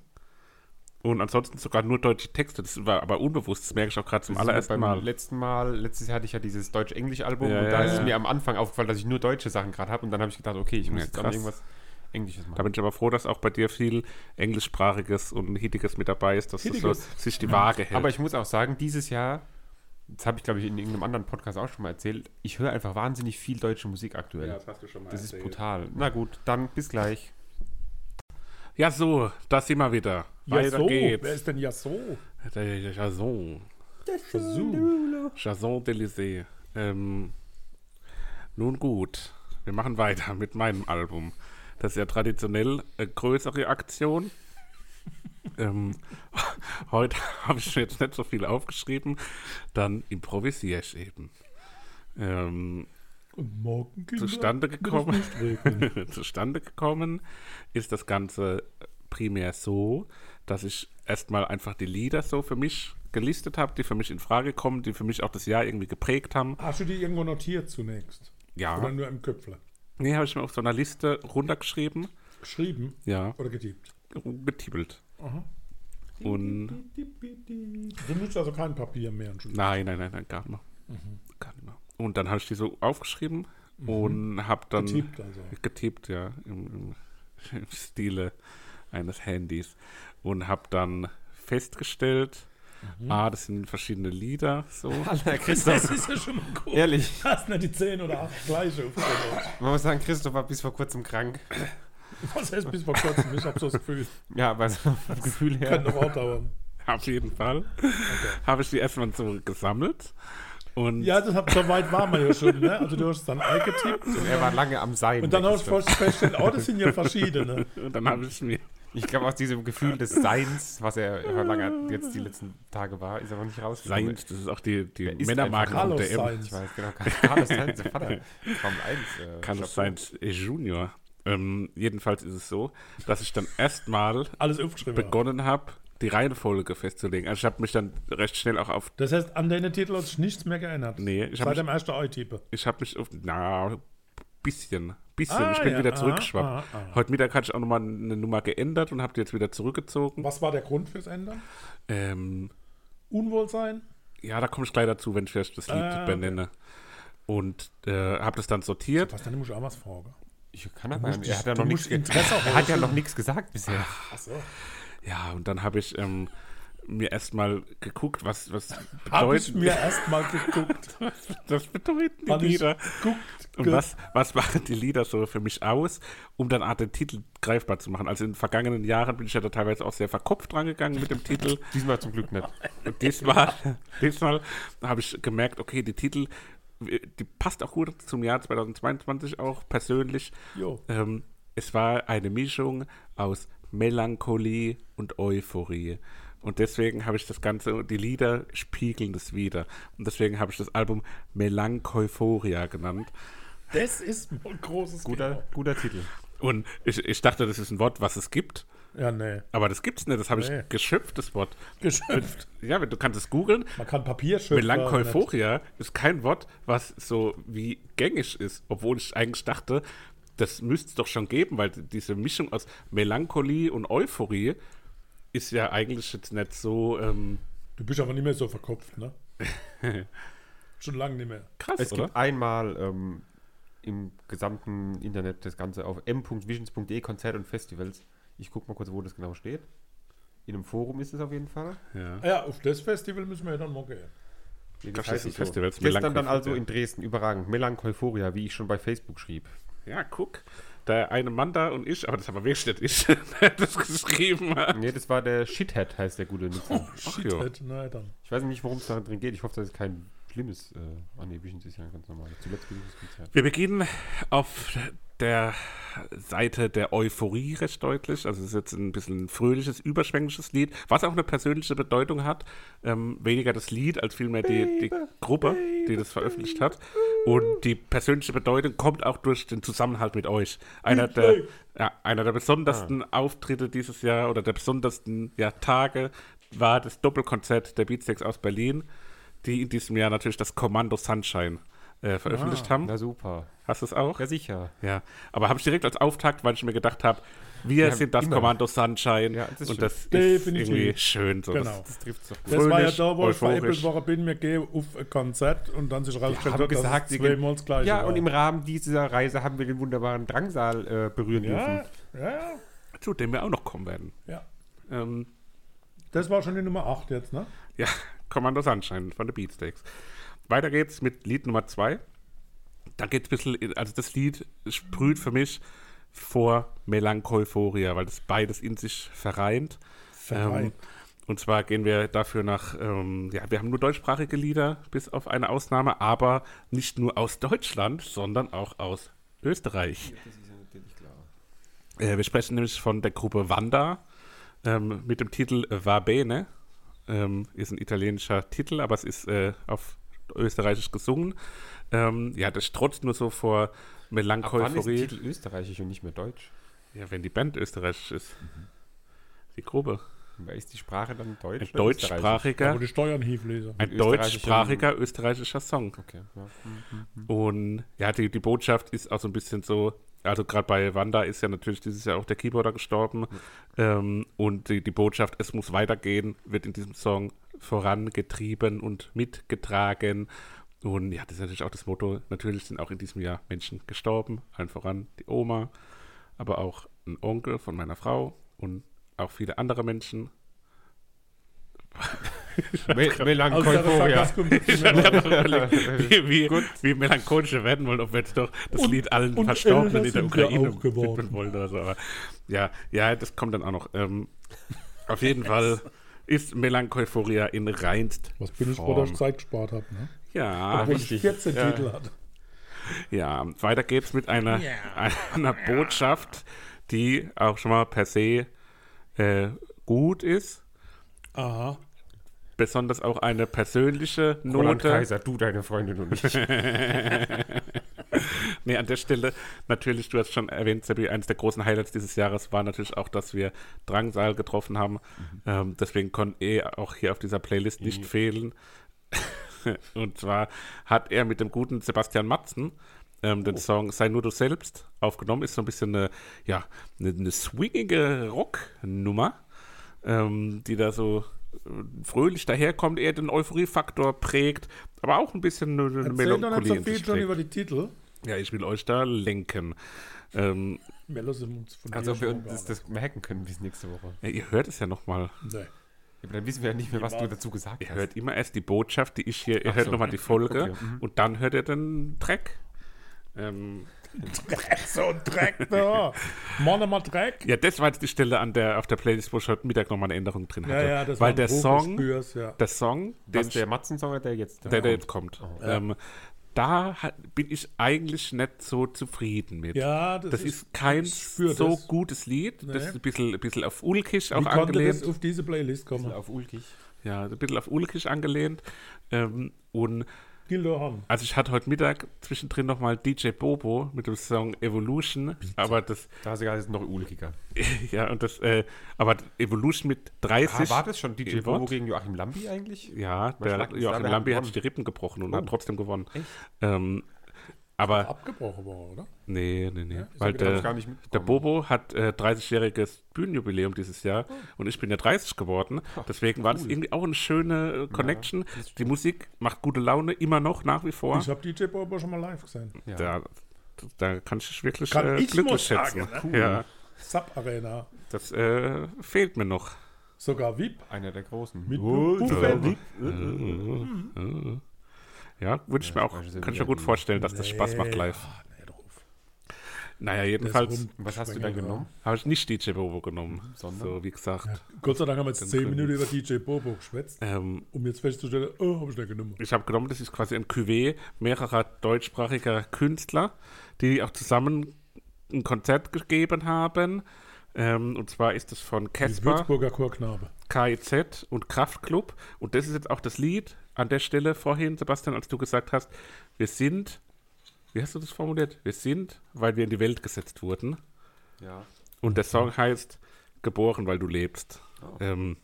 Speaker 1: Und ansonsten sogar nur deutsche Texte. Das war aber unbewusst, das merke ich auch gerade zum
Speaker 3: Das ist mir
Speaker 1: allerersten
Speaker 3: beim
Speaker 1: Mal.
Speaker 3: letzten Mal, letztes Jahr hatte ich ja dieses Deutsch-Englisch-Album
Speaker 1: Ja,
Speaker 3: und
Speaker 1: ja,
Speaker 3: da
Speaker 1: ja.
Speaker 3: ist es mir am Anfang aufgefallen, dass ich nur deutsche Sachen gerade habe und dann habe ich gedacht, okay, ich muss
Speaker 1: Ja,
Speaker 3: jetzt auch
Speaker 1: krass.
Speaker 3: irgendwas Englisches
Speaker 1: Da
Speaker 3: machen.
Speaker 1: bin ich aber froh, dass auch bei dir viel englischsprachiges und hittiges mit dabei ist, dass das so
Speaker 2: Hittiges.
Speaker 1: sich die Waage hält.
Speaker 3: Aber ich muss auch sagen, dieses Jahr, das habe ich glaube ich in irgendeinem anderen Podcast auch schon mal erzählt, ich höre einfach wahnsinnig viel deutsche Musik aktuell.
Speaker 1: Ja, das hast du schon mal
Speaker 3: das ist
Speaker 1: erzählt.
Speaker 3: brutal. Na gut, dann bis gleich.
Speaker 1: ja, so, da sind wir wieder.
Speaker 2: ja
Speaker 1: Weiter
Speaker 2: so. Wer
Speaker 1: geht's.
Speaker 2: ist denn ja so?
Speaker 1: Der Jason.
Speaker 2: Versuch.
Speaker 1: Jason d'Elysée. Ähm, nun gut, wir machen weiter mit meinem Album. Das ist ja traditionell eine größere Aktion. ähm, heute habe ich mir jetzt nicht so viel aufgeschrieben, dann improvisiere ich eben. Ähm,
Speaker 2: Und morgen Kinder,
Speaker 1: Zustande
Speaker 2: wird es
Speaker 1: gekommen.
Speaker 2: nicht regnen.
Speaker 1: zustande gekommen ist das Ganze primär so, dass ich erstmal einfach die Lieder so für mich gelistet habe, die für mich in Frage kommen, die für mich auch das Jahr irgendwie geprägt haben.
Speaker 2: Hast du die irgendwo notiert zunächst?
Speaker 1: Ja.
Speaker 2: Oder nur im Köpfle?
Speaker 1: Nee, habe ich mir auf so einer Liste runtergeschrieben.
Speaker 2: Geschrieben
Speaker 1: Ja,
Speaker 2: oder getippt?
Speaker 1: getippelt. Und
Speaker 2: Du nutzt also kein Papier mehr. Entschuldigung.
Speaker 1: nein, nein, nein, nein gar nicht mehr.
Speaker 2: Mhm.
Speaker 1: Gar nicht mehr. Und dann habe ich die so aufgeschrieben und habe dann
Speaker 2: Getippt also.
Speaker 1: getippt, ja, im, im, im Stile eines Handys. Und habe dann festgestellt,
Speaker 2: Mhm.
Speaker 1: ah, das sind verschiedene Lieder, so.
Speaker 3: Alter,
Speaker 2: Das
Speaker 3: Christoph,
Speaker 2: ist ja schon mal gut.
Speaker 3: ehrlich,
Speaker 2: Du hast nicht die 10 oder 8 gleiche. aufgenommen.
Speaker 3: man muss sagen, Christoph war bis vor kurzem krank.
Speaker 2: Was heißt bis vor kurzem? Ich habe so das Gefühl,
Speaker 3: Ja, aber so vom Gefühl
Speaker 2: könnte
Speaker 3: her.
Speaker 2: noch auch dauern.
Speaker 1: Auf jeden Fall habe ich die erstmal so gesammelt. Und
Speaker 2: Ja, das hab, so weit waren wir ja schon. Ne? Also du hast es dann eingetippt und,
Speaker 3: Er war lange am Sein.
Speaker 2: und dann
Speaker 3: der
Speaker 2: hast du
Speaker 3: Christoph.
Speaker 2: festgestellt, oh, das sind ja verschiedene.
Speaker 1: und dann habe ich mir
Speaker 3: Ich glaube, aus diesem Gefühl des Seins, was er lange jetzt die letzten Tage war, ist er noch nicht rausgekommen.
Speaker 1: Science, das ist auch die, die
Speaker 3: Der ist
Speaker 1: Männermarke
Speaker 3: einfach
Speaker 1: von
Speaker 2: Carlos
Speaker 1: der M.
Speaker 2: Sainz.
Speaker 3: Ich weiß, genau. Carlos Sainz, der Vater. Formel 1. Äh,
Speaker 1: Carlos
Speaker 3: Chapeau.
Speaker 1: Sainz Junior. Ähm, jedenfalls ist es so, dass ich dann erstmal
Speaker 2: Alles aufgeschrieben. ja.
Speaker 1: begonnen habe, die Reihenfolge festzulegen. Also ich habe mich dann recht schnell auch auf,
Speaker 2: Das heißt, an deine Titel hat sich nichts mehr geändert.
Speaker 1: Nee, ich hab
Speaker 2: Seit
Speaker 1: mich-
Speaker 2: dem ersten Ei-Tippe.
Speaker 1: ich habe mich auf, na, bisschen, bisschen,
Speaker 2: Ah,
Speaker 1: ich bin
Speaker 2: ja,
Speaker 1: wieder
Speaker 2: aha,
Speaker 1: zurückgeschwappt.
Speaker 2: aha, aha.
Speaker 1: Heute Mittag hatte ich auch nochmal eine Nummer geändert und habe die jetzt wieder zurückgezogen.
Speaker 2: Was war der Grund fürs Ändern?
Speaker 1: Ähm,
Speaker 2: Unwohlsein?
Speaker 1: ja, da komme ich gleich dazu, wenn ich vielleicht das Lied
Speaker 2: Ah, okay.
Speaker 1: benenne. Und äh, habe das dann sortiert.
Speaker 2: Was, dann muss ich auch was fragen.
Speaker 3: Ich kann aber nicht.
Speaker 2: musst-
Speaker 3: Er hat ja
Speaker 2: du
Speaker 3: noch nichts
Speaker 2: musst
Speaker 3: ge-
Speaker 2: Interesse
Speaker 3: er hat ja noch nichts gesagt bisher.
Speaker 2: Achso.
Speaker 1: Ja, und dann habe ich ähm, mir erstmal geguckt, was, was
Speaker 2: Hab ich
Speaker 1: bedeutet.
Speaker 2: mir erstmal geguckt.
Speaker 1: Das bedeuten die
Speaker 2: Hab ich
Speaker 1: Lieder.
Speaker 2: geguckt.
Speaker 1: Und was, was machen die Lieder so für mich aus, um dann auch den Titel greifbar zu machen? Also in den vergangenen Jahren bin ich ja da teilweise auch sehr verkopft rangegangen mit dem Titel.
Speaker 3: Diesmal zum Glück nicht.
Speaker 1: Und diesmal, diesmal habe ich gemerkt, okay, die Titel, die passt auch gut zum Jahr 2022 auch persönlich.
Speaker 2: Jo.
Speaker 1: Ähm, es war eine Mischung aus Melancholie und Euphorie. Und deswegen habe ich das Ganze, die Lieder spiegeln das wieder. Und deswegen habe ich das Album Melancholia genannt.
Speaker 2: Das ist mal ein großes
Speaker 3: Guter, guter Titel.
Speaker 1: Und ich, ich dachte, das ist ein Wort, was es gibt.
Speaker 2: Thema. Ja, nee.
Speaker 1: Aber das gibt's nicht. Das habe
Speaker 2: Nee.
Speaker 1: ich geschöpft, das Wort.
Speaker 2: Geschöpft.
Speaker 1: Ja, wenn- du kannst es googeln.
Speaker 2: Man kann Papier schöpfen. aber
Speaker 1: Melancholia ist kein Wort, was so wie gängig ist, obwohl ich eigentlich dachte, das müsste es doch schon geben, weil diese Mischung aus Melancholie und Euphorie ist ja eigentlich jetzt nicht so ähm,
Speaker 2: nicht. Du bist aber nicht mehr so verkopft, ne? Schon lange nicht mehr.
Speaker 1: krass,
Speaker 3: Es
Speaker 1: oder?
Speaker 3: gibt einmal ähm, im gesamten Internet das Ganze auf m.visions.de Konzert und Festivals. Ich gucke mal kurz, wo das genau steht. In einem Forum ist es auf jeden Fall.
Speaker 1: ja.
Speaker 2: Ah Ja, auf das Festival müssen wir ja dann mal gehen.
Speaker 3: Nee,
Speaker 1: Ach, das
Speaker 3: heißt
Speaker 1: sind
Speaker 3: nicht so.
Speaker 1: Festivals,
Speaker 3: Gestern dann
Speaker 1: Melancholia.
Speaker 3: also in Dresden, überragend. Melancholia, wie ich schon bei Facebook schrieb.
Speaker 1: ja, guck, der eine Mann da und ich, aber das aber wirklich nicht ich, der das geschrieben hat.
Speaker 3: Nee, das war der Shithead, heißt der gute Nixon.
Speaker 1: ja.
Speaker 2: Shit, nein, Halt, dann.
Speaker 3: Ich weiß nicht, worum es da drin geht. Ich hoffe, das ist kein schlimmes. Äh, ah, nee, Visions ist ja ein ganz normal. Zuletzt gesuchtes Konzert.
Speaker 1: Wir beginnen auf der Seite der Euphorie recht deutlich. Also es ist jetzt ein bisschen ein fröhliches, überschwängliches Lied, was auch eine persönliche Bedeutung hat. Ähm, weniger das Lied als vielmehr die, die Gruppe, die das veröffentlicht hat. Und die persönliche Bedeutung kommt auch durch den Zusammenhalt mit euch. Ah. Einer der, ja, einer der besondersten Auftritte dieses Jahr oder der besondersten ja, Tage war das Doppelkonzert der Beatsteaks aus Berlin, die in diesem Jahr natürlich das Kommando Sunshine äh, veröffentlicht haben.
Speaker 3: Na super.
Speaker 1: Hast du es auch?
Speaker 3: Ja, sicher.
Speaker 1: Ja. Aber habe ich direkt als Auftakt, weil ich mir gedacht habe, wir
Speaker 3: Ja,
Speaker 1: sind das
Speaker 3: immer.
Speaker 1: Kommando Sunshine
Speaker 3: Ja, das ist
Speaker 1: und
Speaker 3: schön.
Speaker 1: das ist
Speaker 2: Definitiv.
Speaker 1: irgendwie schön. So.
Speaker 2: Genau.
Speaker 1: Das,
Speaker 3: Das trifft doch gut.
Speaker 2: Das war ja
Speaker 1: Fröhlich,
Speaker 2: da, wo ich
Speaker 1: euphorisch.
Speaker 2: veräppelt worden bin. Wir gehen auf ein Konzert und dann sich rausgestellt
Speaker 3: haben
Speaker 2: hat,
Speaker 3: gesagt,
Speaker 2: dass
Speaker 3: sie
Speaker 2: es
Speaker 3: gehen-
Speaker 2: zweimal das gleiche
Speaker 3: Ja,
Speaker 2: war.
Speaker 3: und im Rahmen dieser Reise haben wir den wunderbaren Drangsal äh, berühren
Speaker 2: ja,
Speaker 3: dürfen.
Speaker 2: ja,
Speaker 1: zu dem wir auch noch kommen werden.
Speaker 2: ja.
Speaker 1: Ähm,
Speaker 2: Das war schon die Nummer 8 jetzt, ne?
Speaker 1: ja, Kommando Sunshine von den Beatsteaks. Weiter geht's mit Lied Nummer 2. Da geht ein bisschen, in- also das Lied sprüht für mich vor Melancholia, weil das beides in sich vereint.
Speaker 2: Verein.
Speaker 1: Ähm, und zwar gehen wir dafür nach, ähm, ja, wir haben nur deutschsprachige Lieder, bis auf eine Ausnahme, aber nicht nur aus Deutschland, sondern auch aus Österreich.
Speaker 3: Das ist ja natürlich klar.
Speaker 1: Äh, wir sprechen nämlich von der Gruppe Wanda, ähm, mit dem Titel Va Bene. Ähm, ist ein italienischer Titel, aber es ist äh, auf Österreichisch gesungen. Ähm, ja, das strotzt nur so vor
Speaker 3: Ab wann ist
Speaker 1: Melancholie.
Speaker 3: Titel österreichisch und nicht mehr deutsch?
Speaker 1: Ja, wenn die Band österreichisch ist.
Speaker 3: Mhm.
Speaker 1: Die Gruppe.
Speaker 3: Ist die Sprache dann deutsch?
Speaker 1: Ein
Speaker 3: oder österreichisch?
Speaker 2: Ja.
Speaker 1: deutschsprachiger,
Speaker 2: Wo die Steuern hieven
Speaker 1: ein
Speaker 3: österreichischen-
Speaker 1: deutschsprachiger österreichischer Song.
Speaker 3: Okay, ja.
Speaker 1: Und ja, die, die Botschaft ist auch so ein bisschen so, also gerade bei Wanda ist ja natürlich dieses Jahr auch der Keyboarder gestorben. Ähm, und die, die Botschaft, es muss weitergehen, wird in diesem Song vorangetrieben und mitgetragen. Und ja, das ist natürlich auch das Motto, natürlich sind auch in diesem Jahr Menschen gestorben, allen voran die Oma, aber auch ein Onkel von meiner Frau und auch viele andere Menschen.
Speaker 3: Me Melancholia.
Speaker 2: Melancholia.
Speaker 1: wie, wie, wie melancholisch wir werden wollen, ob wir jetzt doch das Lied allen
Speaker 2: Äh, und
Speaker 1: Verstorbenen
Speaker 2: älter
Speaker 1: in der
Speaker 2: sind wir
Speaker 1: Ukraine
Speaker 2: auch geworden.
Speaker 1: widmen wollen oder so. Aber ja, ja, das kommt dann auch noch. Ähm, auf jeden Fall ist Melancholia in reinst.
Speaker 2: Was bin ich,
Speaker 1: Form.
Speaker 2: wo ich Zeit gespart habe. Ne?
Speaker 1: Ja,
Speaker 2: Wenn ich
Speaker 3: richtig.
Speaker 2: 14
Speaker 3: Ja.
Speaker 2: Titel hatte.
Speaker 1: ja. Weiter geht's mit einer, einer Botschaft, die auch schon mal per se äh, gut ist.
Speaker 2: Aha.
Speaker 1: Besonders auch eine persönliche
Speaker 3: Roland
Speaker 1: Note.
Speaker 3: Kaiser, du, deine Freundin und ich.
Speaker 1: Nee, an der Stelle natürlich, du hast schon erwähnt, Seppi, eines der großen Highlights dieses Jahres war natürlich auch, dass wir Drangsal getroffen
Speaker 2: Mhm.
Speaker 1: haben. Ähm, deswegen konnte er auch hier auf dieser Playlist nicht
Speaker 2: Mhm.
Speaker 1: fehlen. Und zwar hat er mit dem guten Sebastian Matzen ähm,
Speaker 2: Oh.
Speaker 1: den Song Sei nur du selbst aufgenommen. Ist so ein bisschen eine, ja, eine, eine swingige Rocknummer, ähm, die da so äh, fröhlich daherkommt, eher den Euphoriefaktor prägt, aber auch ein bisschen eine, eine
Speaker 2: Erzähl doch nicht
Speaker 1: Melancholie
Speaker 2: so
Speaker 1: in
Speaker 2: viel
Speaker 1: sich
Speaker 2: schon
Speaker 1: trägt.
Speaker 2: über die Titel.
Speaker 1: Ja, ich will euch da lenken. Ähm,
Speaker 2: Mellos sind uns von
Speaker 3: Also, ob wir
Speaker 2: dir
Speaker 3: uns das, das merken können bis nächste Woche.
Speaker 1: ja, ihr hört es ja nochmal.
Speaker 2: Nee.
Speaker 3: Ja, aber dann wissen wir ja nicht mehr, was du dazu gesagt
Speaker 1: Ihr
Speaker 3: hast.
Speaker 1: hört immer erst die Botschaft, die ich hier. Ihr
Speaker 3: Ach
Speaker 1: hört
Speaker 3: so.
Speaker 1: nochmal die Folge
Speaker 3: Okay, mhm.
Speaker 1: und dann hört ihr den Track. Ähm,
Speaker 2: So ein Dreck da. Mann, mal Dreck.
Speaker 1: ja, das war jetzt die Stelle an der, auf der Playlist, wo ich heute Mittag nochmal eine Änderung drin hatte.
Speaker 2: Ja, ja, das war
Speaker 1: Weil
Speaker 2: ein
Speaker 1: der
Speaker 2: Ruf, ich
Speaker 1: Song,
Speaker 2: spür's, ja.
Speaker 1: der Song,
Speaker 3: Was
Speaker 1: den,
Speaker 3: der Matzen-Song oder der jetzt?
Speaker 1: der, der jetzt kommt, ähm, da hat, bin ich eigentlich nicht so zufrieden mit.
Speaker 2: Ja, das,
Speaker 1: Das ist kein so
Speaker 2: spür das.
Speaker 1: gutes Lied. Das
Speaker 2: Nee.
Speaker 1: ist ein bisschen, ein bisschen auf ulkisch
Speaker 2: Wie
Speaker 1: auch
Speaker 2: konnte das
Speaker 1: angelehnt.
Speaker 2: auf diese Playlist kommen?
Speaker 3: auf Ulkig.
Speaker 1: Ja, ein bisschen auf ulkisch angelehnt. Ähm, und
Speaker 2: Gildo haben.
Speaker 1: also ich hatte heute Mittag zwischendrin nochmal DJ Bobo mit dem Song Evolution, aber das,
Speaker 3: Da ist egal, das ist noch ulkiger.
Speaker 1: ja, und das, äh, aber Evolution mit
Speaker 3: Ah,
Speaker 1: 30.
Speaker 3: war das schon DJ
Speaker 1: Im
Speaker 3: Bobo
Speaker 1: Wort?
Speaker 3: gegen Joachim Lambi eigentlich?
Speaker 1: Ja, der
Speaker 3: schlag-
Speaker 1: Joachim
Speaker 3: wir haben
Speaker 1: Lambi hat sich die
Speaker 3: gewonnen. Oh.
Speaker 1: Rippen gebrochen und hat trotzdem gewonnen.
Speaker 3: Echt?
Speaker 1: Ähm, aber
Speaker 2: Abgebrochen war, oder?
Speaker 1: nee, nee, nee.
Speaker 2: ich
Speaker 1: weil
Speaker 2: hab gedacht,
Speaker 1: der,
Speaker 3: ich gar nicht
Speaker 1: der
Speaker 3: mitbekommen.
Speaker 1: Bobo hat äh, 30-jähriges Bühnenjubiläum dieses Jahr
Speaker 3: Oh.
Speaker 1: und ich bin ja 30 geworden. Deswegen war das irgendwie auch eine schöne äh, Connection. die Musik macht gute Laune immer noch nach wie vor.
Speaker 2: Ich habe DJ Bobo schon mal live gesehen.
Speaker 3: Ja.
Speaker 1: Da, da kann ich dich wirklich
Speaker 2: Kann
Speaker 1: äh,
Speaker 2: ich
Speaker 1: glücklich
Speaker 2: muss sagen,
Speaker 1: schätzen.
Speaker 2: ne?
Speaker 1: Ja,
Speaker 2: Sub Arena.
Speaker 1: das äh, fehlt mir noch.
Speaker 2: Sogar VIP.
Speaker 3: Einer der großen.
Speaker 2: Mit
Speaker 3: Oh,
Speaker 2: Buffet.
Speaker 3: ja.
Speaker 2: Buffet.
Speaker 1: Ja, würde ich mir auch,
Speaker 3: weiß ich ja
Speaker 1: kann ich
Speaker 3: wieder
Speaker 1: mir gut
Speaker 3: nie.
Speaker 1: vorstellen, dass das Spaß macht
Speaker 2: Nee.
Speaker 1: live.
Speaker 2: Ah, nee, doch auf.
Speaker 1: Naja,
Speaker 2: Das
Speaker 1: jedenfalls
Speaker 2: rum-
Speaker 3: Was hast du dann
Speaker 2: Schwänger.
Speaker 3: genommen?
Speaker 1: habe ich nicht DJ Bobo genommen.
Speaker 3: Sondern?
Speaker 1: So, wie gesagt.
Speaker 2: Gott sei Dank haben wir jetzt 10
Speaker 1: können
Speaker 2: Minuten über DJ Bobo geschwätzt,
Speaker 1: Ähm,
Speaker 2: um jetzt festzustellen, oh, habe ich den genommen.
Speaker 1: ich habe genommen, das ist quasi ein Cuvée mehrerer deutschsprachiger Künstler, die auch zusammen ein Konzert gegeben haben. Ähm, und zwar ist es von
Speaker 2: Die
Speaker 1: Casper.
Speaker 2: Würzburger Chorknabe.
Speaker 1: KIZ E und Kraftklub. Und das ist jetzt auch das Lied an der Stelle vorhin, Sebastian, als du gesagt hast, wir sind, wie hast du das formuliert? Wir sind, weil wir in die Welt gesetzt wurden.
Speaker 3: Ja.
Speaker 1: Und der Song heißt Geboren, weil du lebst.
Speaker 3: Oh.
Speaker 1: Ähm,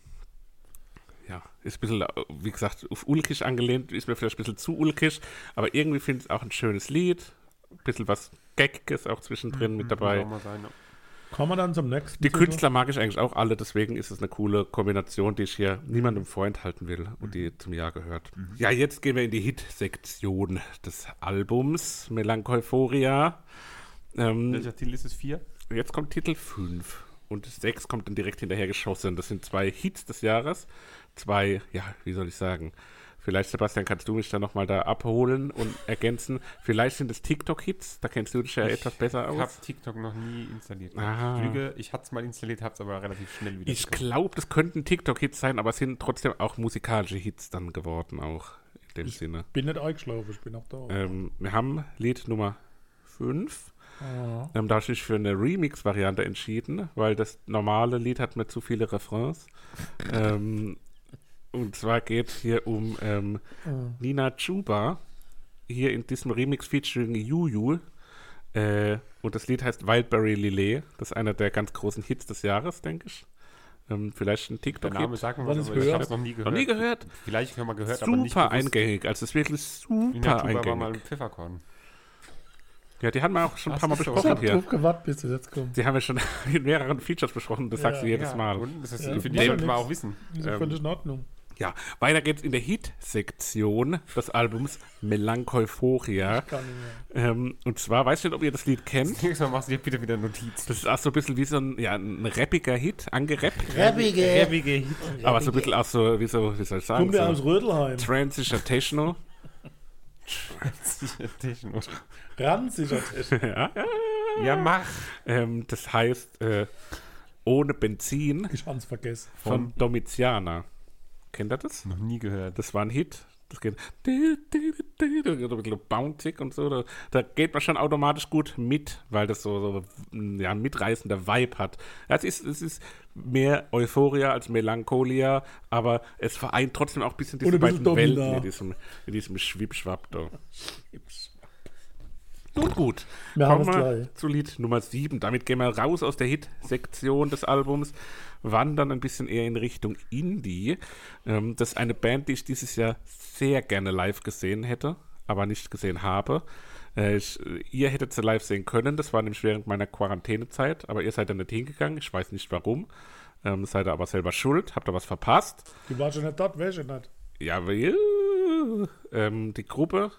Speaker 1: ja, ist ein bisschen, äh, wie gesagt, auf ulkisch angelehnt, ist mir vielleicht ein bisschen zu ulkisch, aber irgendwie finde ich es auch ein schönes Lied. Ein bisschen was Gagges auch zwischendrin mit dabei.
Speaker 3: Muss auch mal sein, ne?
Speaker 2: Kommen wir dann zum nächsten.
Speaker 1: Die
Speaker 2: Titel?
Speaker 1: Künstler mag ich eigentlich auch alle, deswegen ist es eine coole Kombination, die ich hier niemandem vorenthalten will und die
Speaker 3: Mhm.
Speaker 1: zum Jahr gehört. Ja, jetzt gehen wir in die Hit-Sektion des Albums Melancholia. Ähm,
Speaker 3: Welcher Titel ist es? Vier?
Speaker 1: jetzt kommt Titel 5 und 6 kommt dann direkt hinterher geschossen. Das sind zwei Hits des Jahres. Zwei, ja, wie soll ich sagen? Vielleicht, Sebastian, kannst du mich da nochmal da abholen und ergänzen. Vielleicht sind es TikTok-Hits, da kennst du dich ja etwas besser
Speaker 3: Ich
Speaker 1: aus.
Speaker 3: habe TikTok noch nie installiert.
Speaker 1: Ah.
Speaker 3: Ich lüge, ich hatte es mal installiert, habe es aber relativ schnell wieder
Speaker 1: Ich
Speaker 3: bekommen.
Speaker 1: glaube, das könnten TikTok-Hits sein, aber es sind trotzdem auch musikalische Hits dann geworden, auch in dem Sinne.
Speaker 2: Bin nicht eingeschlafen, ich bin auch da.
Speaker 1: Ähm, wir haben Lied Nummer 5 Ähm, da habe ich mich für eine Remix-Variante entschieden, weil das normale Lied hat mir zu viele Refrains. ähm, und zwar geht es hier um ähm, Nina Chuba, hier in diesem Remix featuring Juju. Äh, und das Lied heißt Wildberry Lillet. Das ist einer der ganz großen Hits des Jahres, denke ich. Ähm, vielleicht ein
Speaker 3: Der
Speaker 1: TikTok.
Speaker 3: Name
Speaker 1: Hit.
Speaker 3: sagen wir
Speaker 2: Was
Speaker 3: was,
Speaker 2: ist
Speaker 3: aber ich
Speaker 2: gehört?
Speaker 3: habe es noch nie gehört.
Speaker 1: Noch nie gehört.
Speaker 3: Vielleicht haben wir gehört, aber nicht
Speaker 1: Super
Speaker 3: bewusst.
Speaker 1: eingängig. Also es ist wirklich super
Speaker 3: Nina Chuba war mal ein
Speaker 1: eingängig.
Speaker 3: Pfefferkorn.
Speaker 1: Ja, die haben wir auch schon ein
Speaker 3: Ach,
Speaker 1: paar Mal
Speaker 3: ist so.
Speaker 1: besprochen
Speaker 2: Ich
Speaker 1: hier.
Speaker 2: hab gewartet, bis du jetzt kommst.
Speaker 1: Die haben wir schon in mehreren Features besprochen, das sagst du jedes Mal.
Speaker 3: Und das ist,
Speaker 2: Ja.
Speaker 3: finde
Speaker 2: Dem-
Speaker 3: ich, sollte man auch wissen.
Speaker 2: Das ist
Speaker 1: Ähm,
Speaker 2: völlig in Ordnung.
Speaker 1: Ja, weiter geht's in der Hit-Sektion des Albums Melancholia.
Speaker 2: Kann ich nicht.
Speaker 1: Ähm, und zwar, weiß nicht, ob ihr das Lied kennt.
Speaker 3: Nächstes Mal machst du dir bitte wieder Notiz.
Speaker 1: Das ist auch so ein bisschen wie so ein, ja, ein rappiger Hit, angerappt.
Speaker 3: Heavige
Speaker 1: aber so ein bisschen auch so, wie, so, wie soll ich sagen,
Speaker 2: Kommt ja
Speaker 3: also.
Speaker 2: aus
Speaker 1: so
Speaker 2: Rödelheim.
Speaker 1: Transition Techno.
Speaker 3: Techno.
Speaker 2: Ranziger Tisch.
Speaker 1: ja, ja.
Speaker 3: Ja, mach.
Speaker 1: ähm, das heißt äh, Ohne Benzin
Speaker 2: Ich hab's vergessen.
Speaker 1: von Domiziana. Kennt ihr das?
Speaker 3: Noch nie gehört.
Speaker 1: äh, Das war ein Hit. Das geht di- di- di- di- so ein bisschen bouncig und so. Da, da geht man schon automatisch gut mit, weil das so, so mm, ja, ein mitreißender Vibe hat. Es ist, es ist mehr Euphoria als Melancholia, aber es vereint trotzdem auch ein bisschen diese
Speaker 2: Und ein bisschen
Speaker 1: beiden Welten
Speaker 2: Domina.
Speaker 1: in diesem, in diesem Schwibschwab da. Nun gut,
Speaker 2: Wir haben
Speaker 1: kommen
Speaker 2: es
Speaker 1: wir
Speaker 2: gleich.
Speaker 1: zu Lied Nummer 7. Damit gehen wir raus aus der Hit-Sektion des Albums, wandern ein bisschen eher in Richtung Indie. Ähm, das ist eine Band, die ich dieses Jahr sehr gerne live gesehen hätte, aber nicht gesehen habe. Äh, ich, ihr hättet sie live sehen können, das war nämlich während meiner Quarantänezeit, aber ihr seid da nicht hingegangen, ich weiß nicht warum. Ähm, seid ihr aber selber schuld, habt ihr was verpasst.
Speaker 2: Du warst schon nicht dort, wär schon nicht.
Speaker 1: Ja, weil ähm, die Gruppe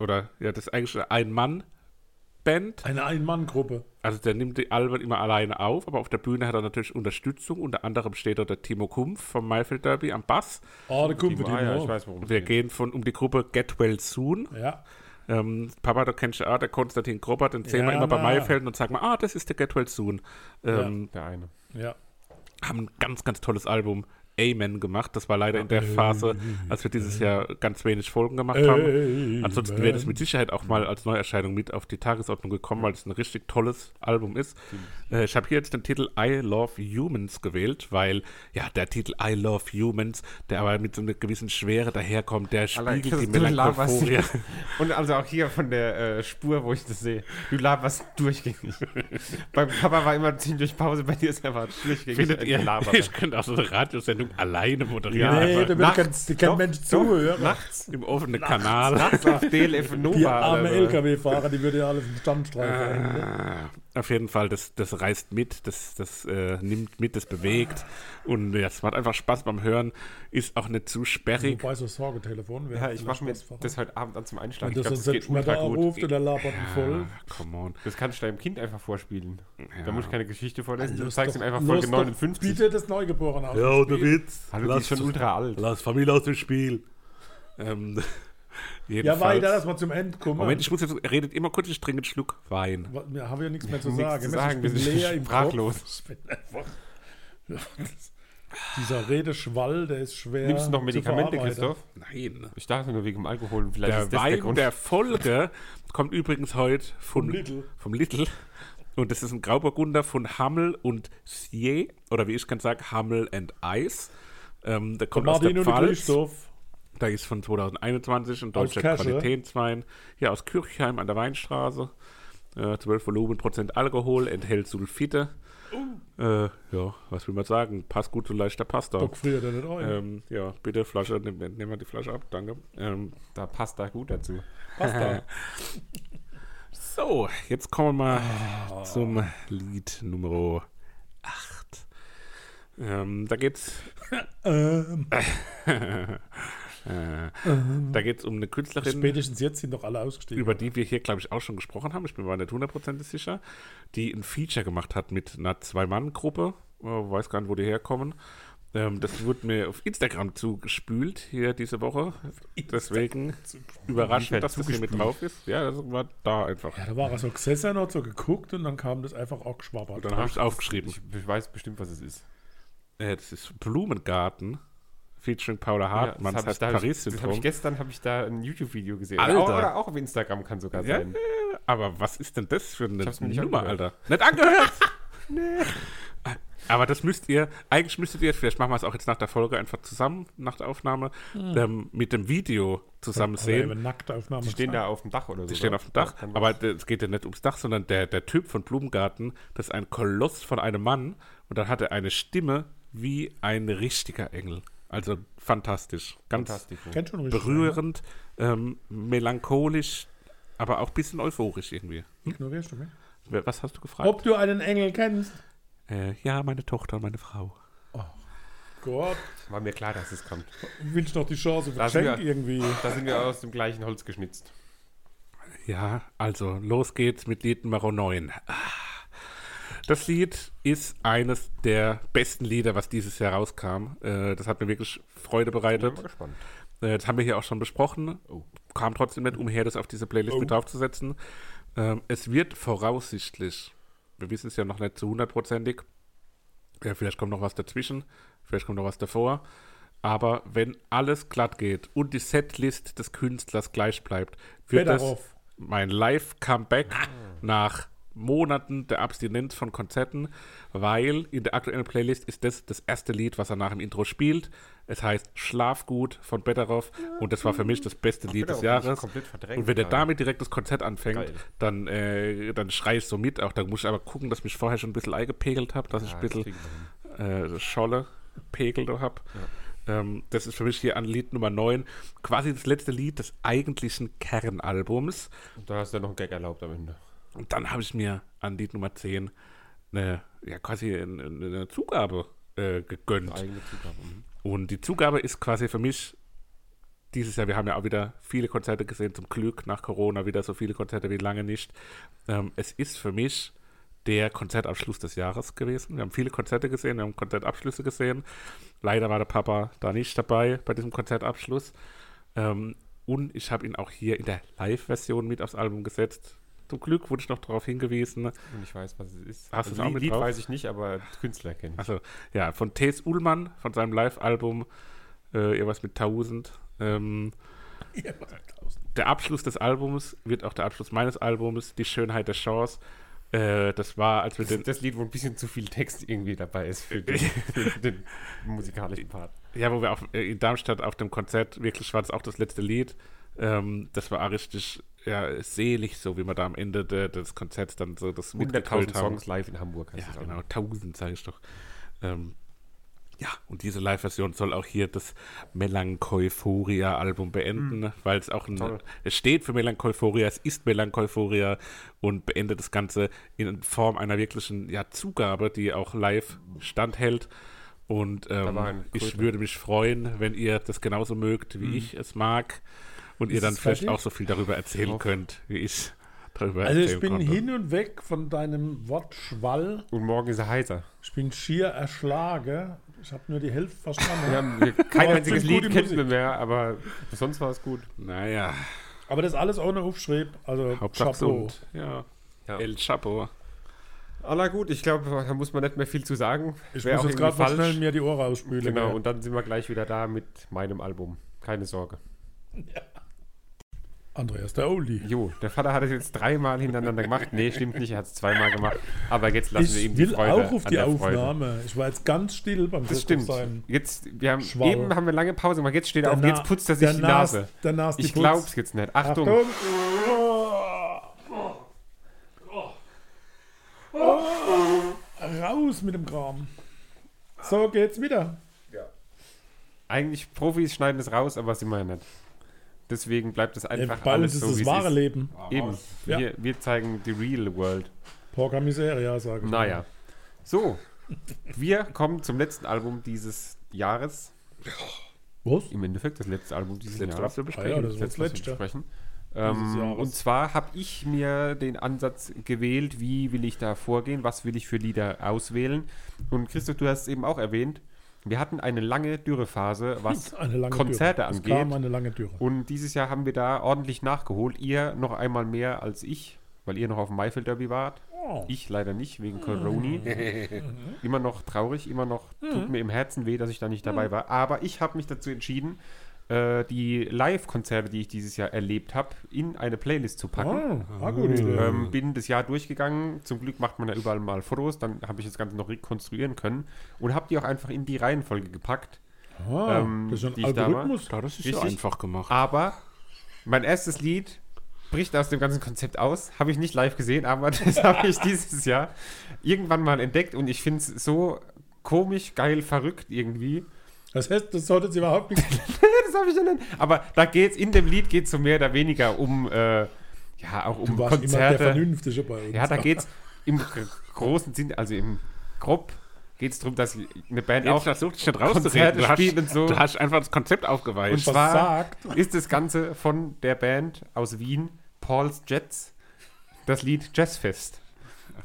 Speaker 1: oder ja, das ist eigentlich eine Ein-Mann-Band.
Speaker 2: Eine Ein-Mann-Gruppe.
Speaker 1: Also der nimmt die Alben immer alleine auf, aber auf der Bühne hat er natürlich Unterstützung. Unter anderem steht da der Timo Kumpf vom Maifeld Derby am Bass.
Speaker 2: Oh, da kommt für die
Speaker 3: Ah, ja, ich
Speaker 2: noch.
Speaker 3: weiß, warum.
Speaker 1: Wir gehen von um die Gruppe Get Well Soon.
Speaker 2: Ja,
Speaker 1: Ähm, Papa, du kennst ja auch der Konstantin Grobber, den sehen wir
Speaker 2: Ja,
Speaker 1: immer bei
Speaker 2: na.
Speaker 1: Maifeld und sagen mal, ah, das ist der Get Well Soon. Ähm,
Speaker 3: Der eine.
Speaker 2: ja.
Speaker 1: haben ein ganz, ganz tolles Album Amen gemacht. Das war leider in der Phase, als wir dieses Jahr ganz wenig Folgen gemacht haben.
Speaker 2: Amen.
Speaker 1: Ansonsten wäre das mit Sicherheit auch mal als Neuerscheinung mit auf die Tagesordnung gekommen, weil es ein richtig tolles Album ist. Äh, ich habe hier jetzt den Titel I Love Humans gewählt, weil ja der Titel I Love Humans, der aber mit so einer gewissen Schwere daherkommt, der
Speaker 3: Allein,
Speaker 1: spiegelt die
Speaker 3: du laberst.
Speaker 1: Melancholie.
Speaker 3: Und also auch hier von der äh, Spur, wo ich das sehe. Du laberst durchgängig. Beim Papa war immer zwischendurch Pause, bei dir ist einfach durchgängig.
Speaker 1: Findet
Speaker 3: ein
Speaker 1: ihr,
Speaker 3: Gelaber.
Speaker 1: ich könnte auch so eine Radiosendung alleine moderieren.
Speaker 2: Nee,
Speaker 1: einfach
Speaker 2: da will
Speaker 3: nachts,
Speaker 2: kein, kein
Speaker 3: doch,
Speaker 2: Mensch
Speaker 3: doch,
Speaker 2: zuhören.
Speaker 3: Nachts.
Speaker 1: Im offenen Kanal.
Speaker 3: Nachts auf DLF Nova.
Speaker 2: Die arme
Speaker 3: oder so.
Speaker 2: LKW-Fahrer, die würde ja alle vom Standstreifen hängen.
Speaker 1: Ah, Auf jeden Fall, das, das reißt mit, das, das äh, nimmt mit, das bewegt und ja, es macht einfach Spaß beim Hören, ist auch nicht zu sperrig.
Speaker 2: Wobei so Sorgetelefon wäre.
Speaker 3: Ja, ich mache mir
Speaker 2: Spaßfahrer.
Speaker 3: das heute Abend an zum Einschlafen.
Speaker 2: Wenn
Speaker 3: Ich
Speaker 2: das
Speaker 3: glaube,
Speaker 2: uns
Speaker 3: das geht
Speaker 2: selbst mal
Speaker 3: ultra
Speaker 2: da
Speaker 3: gut.
Speaker 2: anruft und der labert ihn voll.
Speaker 1: Ah, Come on.
Speaker 3: Das kannst du deinem Kind einfach vorspielen. Da muss ich keine Geschichte vorlesen. Du
Speaker 2: Lass
Speaker 3: zeigst ihm
Speaker 2: Also doch-
Speaker 3: einfach
Speaker 2: lass
Speaker 3: Folge
Speaker 2: doch
Speaker 3: 59.
Speaker 2: Bitte das Neugeborene auf.
Speaker 1: oder Witz.
Speaker 3: Hallo, die ist schon ultra alt.
Speaker 1: lass Familie aus dem Spiel. Ähm, jedenfalls.
Speaker 2: Ja, weiter, dass wir zum Ende kommen.
Speaker 1: Moment, ich muss jetzt, er redet immer kurz, ich trinke einen Schluck Wein.
Speaker 2: Wa- Wir haben ja nichts mehr zu
Speaker 3: nichts
Speaker 2: sagen.
Speaker 3: zu
Speaker 2: Messi,
Speaker 3: sagen, wir
Speaker 2: ich bin
Speaker 3: sind
Speaker 2: leer im
Speaker 3: sprachlos.
Speaker 2: Kopf. Ich bin einfach. Dieser Redeschwall, der ist schwer.
Speaker 3: Nimmst du noch
Speaker 2: zu
Speaker 3: Medikamente,
Speaker 2: verarbeiten.
Speaker 3: Christoph?
Speaker 1: Nein.
Speaker 3: Ich dachte nur wegen dem Alkohol. und Vielleicht
Speaker 1: Der
Speaker 3: ist das der
Speaker 1: Wein
Speaker 3: Grund.
Speaker 1: der Folge kommt übrigens heute von,
Speaker 2: Vom Lidl.
Speaker 1: vom Lidl. Und das ist ein Grauburgunder von Hammel und Sie, oder wie ich kann sagen, Hammel and Eis. Ähm, der kommt aus
Speaker 2: Martin
Speaker 1: der
Speaker 2: und der
Speaker 1: Pfalz.
Speaker 2: Christoph.
Speaker 3: Oh.
Speaker 1: Da ist von 2021 ein deutscher
Speaker 2: Kesche.
Speaker 1: Qualitätswein. Hier aus Kirchheim an der Weinstraße. Äh, 12 Volumenprozent Alkohol, enthält Sulfite. Äh, ja, was will man sagen? Passt gut zu leichter Pasta.
Speaker 2: Doc friert er nicht ein.
Speaker 3: Äh.
Speaker 1: Ähm, ja, bitte Flasche, nimm- nehmen wir die Flasche ab, danke. Ähm,
Speaker 3: Da passt da gut dazu.
Speaker 2: Passt da.
Speaker 1: So, jetzt kommen wir mal zum Lied Nummer 8. Ähm, da geht's.
Speaker 2: Ähm,
Speaker 1: Äh, da geht's um eine Künstlerin,
Speaker 2: spätestens jetzt sind doch alle ausgestiegen.
Speaker 1: über die wir hier, glaube ich, auch schon gesprochen haben. Ich bin mir nicht hundertprozentig sicher, die ein Feature gemacht hat mit einer Zwei-Mann-Gruppe. Äh, weiß gar nicht, wo die herkommen. Ähm, das wurde mir auf Instagram zugespült hier diese Woche. Deswegen überraschend, dass das hier mit drauf ist. Ja, das war da einfach.
Speaker 2: Ja, da war er so gesessen und hat so geguckt und dann kam das einfach auch geschwabbert.
Speaker 1: Und dann habe ich es aufgeschrieben.
Speaker 3: Ich, ich weiß bestimmt, was es ist.
Speaker 1: Äh, das ist Blumengarten. Featuring Paula Hartmann.
Speaker 3: hab
Speaker 1: das heißt
Speaker 3: da hab ich, das hab
Speaker 1: Paris-Syndrom.
Speaker 3: ich gestern habe ich da ein YouTube-video gesehen.
Speaker 1: Alter.
Speaker 3: Oder, oder auch auf Instagram kann sogar
Speaker 1: Ja,
Speaker 3: sein.
Speaker 1: ja, ja. Aber was ist denn das für eine
Speaker 3: hab's mir nicht
Speaker 1: Nummer,
Speaker 3: angehört.
Speaker 1: Alter? Nicht angehört! nee. Aber das müsst ihr, eigentlich müsstet ihr, vielleicht machen wir es auch jetzt nach der Folge einfach zusammen, nach der Aufnahme,
Speaker 3: Hm.
Speaker 1: ähm, mit dem Video zusammen
Speaker 2: Oder
Speaker 1: sehen.
Speaker 2: eine Nacktaufnahme.
Speaker 3: Die stehen da auf dem Dach oder so.
Speaker 1: Die stehen auf dem Dach, aber d- es geht ja nicht ums Dach, sondern der, der Typ von Blumengarten, das ist ein Koloss von einem Mann und dann hat er eine Stimme wie ein richtiger Engel. Also fantastisch. Ganz
Speaker 3: Fantastisch.
Speaker 2: Kennt schon richtig.
Speaker 1: berührend, ähm, melancholisch, aber auch ein bisschen euphorisch irgendwie.
Speaker 2: ne? Ignorierst du mich?
Speaker 3: Halt.
Speaker 1: Wer- Was hast du gefragt?
Speaker 2: Ob du einen Engel kennst?
Speaker 1: Äh, ja, meine Tochter und meine Frau.
Speaker 2: Gott,
Speaker 3: War mir klar, dass es kommt.
Speaker 2: willst du noch die Chance auf
Speaker 3: Lass
Speaker 2: Geschenk
Speaker 3: mir-
Speaker 2: irgendwie?
Speaker 3: Da sind wir aus dem gleichen Holz geschnitzt.
Speaker 1: Ja, also los geht's mit Lied Nummer 9. Das Lied ist eines der besten Lieder, was dieses Jahr rauskam. Äh, das hat mir wirklich Freude
Speaker 3: Bin
Speaker 1: bereitet.
Speaker 3: mal gespannt.
Speaker 1: Äh, das haben wir hier auch schon besprochen.
Speaker 3: Oh.
Speaker 1: Kam trotzdem nicht umher, das auf diese Playlist mit draufzusetzen. Ähm, es wird voraussichtlich, wir wissen es ja noch nicht zu hundertprozentig, ja, vielleicht kommt noch was dazwischen, vielleicht kommt noch was davor. Aber wenn alles glatt geht und die Setlist des Künstlers gleich bleibt, wird
Speaker 2: Better
Speaker 1: das
Speaker 2: off.
Speaker 1: mein Live-Comeback nach Monaten der Abstinenz von Konzerten, weil in der aktuellen Playlist ist das das erste Lied, was er nach dem Intro spielt. Es heißt Schlaf gut von Betteroff und das war für mich das beste Lied des
Speaker 3: Betteroff hab ich
Speaker 1: Jahres.
Speaker 3: komplett verdrängt,
Speaker 1: Und wenn er
Speaker 3: Alter.
Speaker 1: damit direkt das Konzert anfängt,
Speaker 3: Geil.
Speaker 1: dann, äh, dann schrei ich so mit. Auch da muss ich aber gucken, dass ich mich vorher schon ein bisschen eingepegelt habe, dass ich
Speaker 3: Ja,
Speaker 1: ein
Speaker 3: das
Speaker 1: bisschen
Speaker 3: kriegen wir hin.
Speaker 1: äh, Scholle Pegel da hab. Ähm, das ist für mich hier an Lied Nummer 9 quasi das letzte Lied des eigentlichen Kernalbums.
Speaker 3: Und da hast du ja noch einen Gag erlaubt am Ende.
Speaker 1: Und dann habe ich mir an Lied Nummer 10 eine, ja, quasi eine, eine Zugabe äh, gegönnt.
Speaker 3: Eigene Zugabe.
Speaker 1: Und die Zugabe ist quasi für mich dieses Jahr, wir haben ja auch wieder viele Konzerte gesehen, zum Glück nach Corona wieder so viele Konzerte wie lange nicht. Ähm, es ist für mich der Konzertabschluss des Jahres gewesen. Wir haben viele Konzerte gesehen, wir haben Konzertabschlüsse gesehen. Leider war der Papa da nicht dabei bei diesem Konzertabschluss. Ähm, und ich habe ihn auch hier in der Live-Version mit aufs Album gesetzt. Zum Glück wurde ich noch darauf hingewiesen.
Speaker 3: Und ich weiß, was es ist.
Speaker 1: Hast du es auch
Speaker 3: Lied-
Speaker 1: mit
Speaker 3: Lied
Speaker 1: drauf?
Speaker 3: weiß ich nicht, aber Künstler kenne ich.
Speaker 1: Also, ja, von T.S. Ullmann, von seinem Live-Album, äh, irgendwas mit 1000. Ähm, der Abschluss des Albums wird auch der Abschluss meines Albums, Die Schönheit der Chance. Äh, das war, als wir
Speaker 3: Das,
Speaker 1: den.
Speaker 3: ist das Lied, wo ein bisschen zu viel Text irgendwie dabei ist für den, für den musikalischen Part.
Speaker 1: Ja, wo wir auf, äh, in Darmstadt auf dem Konzert, wirklich war das auch das letzte Lied. Ähm, das war auch richtig ja, selig, so wie wir da am Ende de, des Konzerts dann so das
Speaker 3: 100.000
Speaker 1: mitgekrölt haben.
Speaker 3: Songs live in Hamburg. heißt
Speaker 1: Ja,
Speaker 3: das auch.
Speaker 1: genau, tausend, sage ich doch. Ähm, ja, und diese Live-Version soll auch hier das Melancholia-Album beenden, ne? weil es auch ein,
Speaker 3: Toll.
Speaker 1: es steht für Melancholia, es ist Melancholia und beendet das Ganze in Form einer wirklichen ja, Zugabe, die auch live standhält. Und ähm,
Speaker 3: war ein
Speaker 1: ich
Speaker 3: Kröte.
Speaker 1: würde mich freuen, wenn ihr das genauso mögt, wie ich es mag und ihr dann
Speaker 2: es
Speaker 1: vielleicht
Speaker 2: fertig?
Speaker 1: auch so viel darüber erzählen könnt, wie ich darüber
Speaker 2: Also ich
Speaker 1: erzählen
Speaker 2: bin
Speaker 1: konnte.
Speaker 2: hin und weg von deinem Wortschwall.
Speaker 3: Und morgen ist er heiser.
Speaker 2: Ich bin schier erschlagen. Ich habe nur die Hälfte verstanden.
Speaker 3: Wir haben wir, kein
Speaker 2: Aber
Speaker 3: einziges
Speaker 2: sind gute
Speaker 3: Lied kennen
Speaker 2: Musik.
Speaker 3: wir mehr, aber sonst war es gut.
Speaker 1: Naja.
Speaker 2: Aber das alles ohne Aufschrieb. Also
Speaker 1: Hauptsache
Speaker 2: Chapeau.
Speaker 1: gesund. Ja.
Speaker 3: Ja.
Speaker 1: El Chapo.
Speaker 3: Aller gut, ich glaube, da muss man nicht mehr viel zu sagen.
Speaker 2: Ich
Speaker 3: Wär
Speaker 2: muss
Speaker 3: auch
Speaker 2: jetzt gerade
Speaker 3: irgendwie
Speaker 2: mal schnell mir die Ohren ausspülen.
Speaker 3: Genau, und dann sind wir gleich wieder da mit meinem Album. Keine Sorge.
Speaker 2: Andreas, der Oli.
Speaker 3: Jo, der Vater hat es jetzt dreimal hintereinander gemacht. Nee, stimmt nicht, er hat es zweimal gemacht. Aber jetzt lassen wir ihm
Speaker 2: Ich
Speaker 3: die
Speaker 2: will
Speaker 3: Freude
Speaker 2: auch auf
Speaker 3: an
Speaker 2: die
Speaker 3: der Freude.
Speaker 2: Aufnahme. Ich war jetzt ganz still beim
Speaker 3: Das stimmt. Jetzt, wir haben,
Speaker 2: Schwall.
Speaker 3: eben haben wir lange Pause gemacht. Jetzt steht er auf, jetzt putzt er sich die Nase.
Speaker 2: Danach
Speaker 3: Ich glaub's jetzt nicht. Achtung.
Speaker 2: Achtung. Raus mit dem Kram. So geht's wieder.
Speaker 3: Eigentlich Profis schneiden es raus, aber sind wir ja nicht. Deswegen bleibt es
Speaker 2: Ey,
Speaker 3: einfach
Speaker 2: Äh, Bald
Speaker 3: alles
Speaker 2: ist
Speaker 3: so,
Speaker 2: es
Speaker 3: wie
Speaker 2: das wahre
Speaker 3: es ist.
Speaker 2: Leben.
Speaker 3: Eben.
Speaker 2: Ja.
Speaker 3: Wir, wir zeigen die real world.
Speaker 2: Porca Miseria, sage ich.
Speaker 3: Naja. So. Wir kommen zum letzten Album dieses Jahres.
Speaker 2: Was?
Speaker 3: Im Endeffekt das letzte Album dieses Jahres.
Speaker 1: wir
Speaker 2: Ah ja, das ist
Speaker 3: Jetzt
Speaker 2: das
Speaker 3: lass uns
Speaker 2: Letzte.
Speaker 3: sprechen.
Speaker 2: Dieses
Speaker 3: Ähm,
Speaker 2: Jahres.
Speaker 3: und zwar habe ich mir den Ansatz gewählt, wie will ich da vorgehen, was will ich für Lieder auswählen. Und Christoph, du hast es eben auch erwähnt, wir hatten eine lange Dürrephase, was
Speaker 2: Eine lange
Speaker 3: Konzerte
Speaker 2: Türe. Es
Speaker 3: angeht.
Speaker 2: kam eine lange Türe.
Speaker 3: Und dieses Jahr haben wir da ordentlich nachgeholt. Ihr noch einmal mehr als ich, weil ihr noch auf dem Maifeld Derby wart.
Speaker 2: Oh.
Speaker 3: Ich leider nicht, wegen Coroni. immer noch traurig, immer noch tut mir im Herzen weh, dass ich da nicht dabei war. Aber ich habe mich dazu entschieden, äh, die Live-Konzerte, die ich dieses Jahr erlebt habe, in eine Playlist zu packen.
Speaker 2: Ah, ah, gut. Idee.
Speaker 3: Ähm, bin das Jahr durchgegangen. Zum Glück macht man ja überall mal Fotos. Dann habe ich das Ganze noch rekonstruieren können und habe die auch einfach in die Reihenfolge gepackt.
Speaker 2: Ah,
Speaker 3: ähm,
Speaker 2: das ist
Speaker 3: die
Speaker 2: ein
Speaker 3: ich da
Speaker 2: Algorithmus.
Speaker 1: Ja, das ist ja
Speaker 3: Richtig.
Speaker 1: einfach gemacht.
Speaker 3: Aber mein erstes Lied bricht aus dem ganzen Konzept aus. Habe ich nicht live gesehen, aber das habe ich dieses Jahr irgendwann mal entdeckt und ich finde es so komisch, geil, verrückt irgendwie.
Speaker 2: Das heißt, das sollte jetzt überhaupt nicht.
Speaker 3: das habe ich dann. Aber da geht's in dem Lied geht es so mehr oder weniger um äh, ja auch um
Speaker 2: Du warst immer der
Speaker 3: Konzerte.
Speaker 2: Vernünftige bei uns.
Speaker 3: Ja, da geht's im gr- großen Sinn, also im grob geht's darum, dass eine Band
Speaker 1: Jetzt
Speaker 3: auch
Speaker 1: versuch dich nicht
Speaker 3: Konzerte
Speaker 1: rauszureden. Du hast,
Speaker 3: spielen und so.
Speaker 1: du hast einfach das Konzept
Speaker 3: Und
Speaker 1: aufgeweicht.
Speaker 2: was
Speaker 3: zwar
Speaker 2: sagt.
Speaker 3: ist das Ganze von der Band aus Wien, Paul's Jets, das Lied Jazzfest.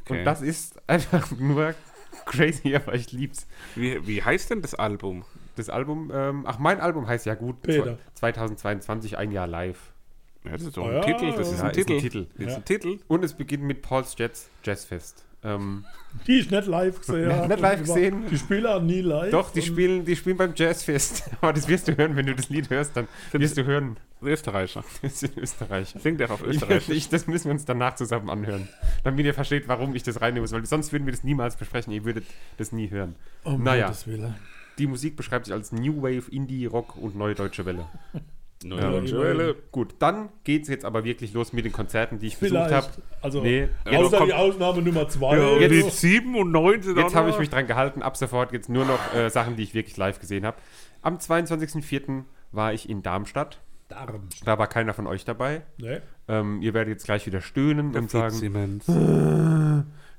Speaker 1: Okay.
Speaker 3: Und das ist einfach nur crazy, aber ich lieb's.
Speaker 1: wie, wie heißt denn das Album?
Speaker 3: Das Album, ähm, ach, mein Album heißt ja gut
Speaker 2: Peter.
Speaker 3: 2022, ein Jahr live.
Speaker 1: Ja, das ist doch
Speaker 2: Ah Ja,
Speaker 1: ein Titel. Das ist
Speaker 3: ja,
Speaker 1: ein
Speaker 3: ist ein
Speaker 1: Titel.
Speaker 3: Titel.
Speaker 1: Das ist
Speaker 2: Ja.
Speaker 1: ein Titel.
Speaker 3: Und es beginnt mit Paul's Jets Jazzfest. Ähm,
Speaker 2: Die ich nicht live gesehen
Speaker 3: Nicht-
Speaker 2: hab.
Speaker 3: nicht live
Speaker 2: Und
Speaker 3: gesehen.
Speaker 2: Die Spieler nie live.
Speaker 3: doch, die
Speaker 2: Und
Speaker 3: spielen, die spielen beim Jazzfest. Aber das wirst du hören, wenn du das Lied hörst, dann wirst du hören,
Speaker 1: Österreicher.
Speaker 3: das ist in Österreich.
Speaker 1: Singt er auf
Speaker 3: Ich,
Speaker 1: Österreichisch.
Speaker 3: ich, das müssen wir uns danach zusammen anhören. Damit ihr versteht, warum ich das reinnehmen muss. Weil sonst würden wir das niemals besprechen. Ihr würdet das nie hören.
Speaker 2: Um
Speaker 3: naja,
Speaker 2: Gottes Willen.
Speaker 3: die Musik beschreibt sich als New Wave, Indie, Rock und Neue Deutsche Welle.
Speaker 1: Neue
Speaker 2: Deutsche Welle.
Speaker 3: Gut, dann geht's jetzt aber wirklich los mit den Konzerten, die ich besucht habe.
Speaker 2: Vielleicht. Also,
Speaker 3: Nee.
Speaker 1: Ja,
Speaker 2: außer
Speaker 1: komm.
Speaker 2: die Ausnahme Nummer zwei.
Speaker 1: Ja,
Speaker 3: jetzt-
Speaker 1: die 7 und 9 sind
Speaker 3: Jetzt
Speaker 1: auch
Speaker 3: habe
Speaker 1: noch-
Speaker 3: ich mich dran gehalten. Ab sofort gibt's nur noch äh, Sachen, die ich wirklich live gesehen habe. Am 22.04. war ich in Darmstadt.
Speaker 2: Darm.
Speaker 3: Da war keiner von euch dabei.
Speaker 2: Nee.
Speaker 3: Ähm, ihr werdet jetzt gleich wieder stöhnen und sagen,
Speaker 1: Siemens.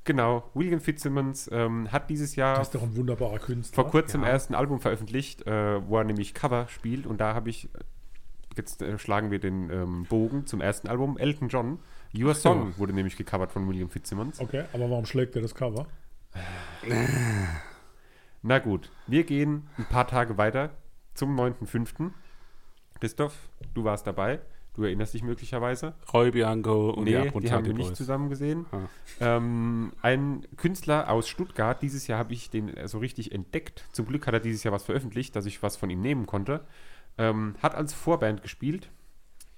Speaker 3: genau, William Fitzsimmons ähm, hat dieses Jahr
Speaker 2: Das ist doch ein wunderbarer Künstler.
Speaker 3: vor kurzem erst ein Album veröffentlicht, äh, wo er nämlich Cover spielt und da habe ich, jetzt äh, schlagen wir den ähm, Bogen zum ersten Album, Elton John. Your Song wurde nämlich gecovert von William Fitzsimmons.
Speaker 2: Okay, aber warum schlägt er das Cover?
Speaker 3: Na gut, wir gehen ein paar Tage weiter zum 9.5. Christoph, du warst dabei. Du erinnerst dich möglicherweise.
Speaker 1: Roy Bianco und die
Speaker 3: Nee, die,
Speaker 1: Abruzzati
Speaker 3: haben wir
Speaker 1: Boys.
Speaker 3: nicht zusammen gesehen.
Speaker 1: Ah.
Speaker 3: Ähm, ein Künstler aus Stuttgart, dieses Jahr habe ich den äh, so richtig entdeckt. Zum Glück hat er dieses Jahr was veröffentlicht, dass ich was von ihm nehmen konnte. Ähm, hat als Vorband gespielt,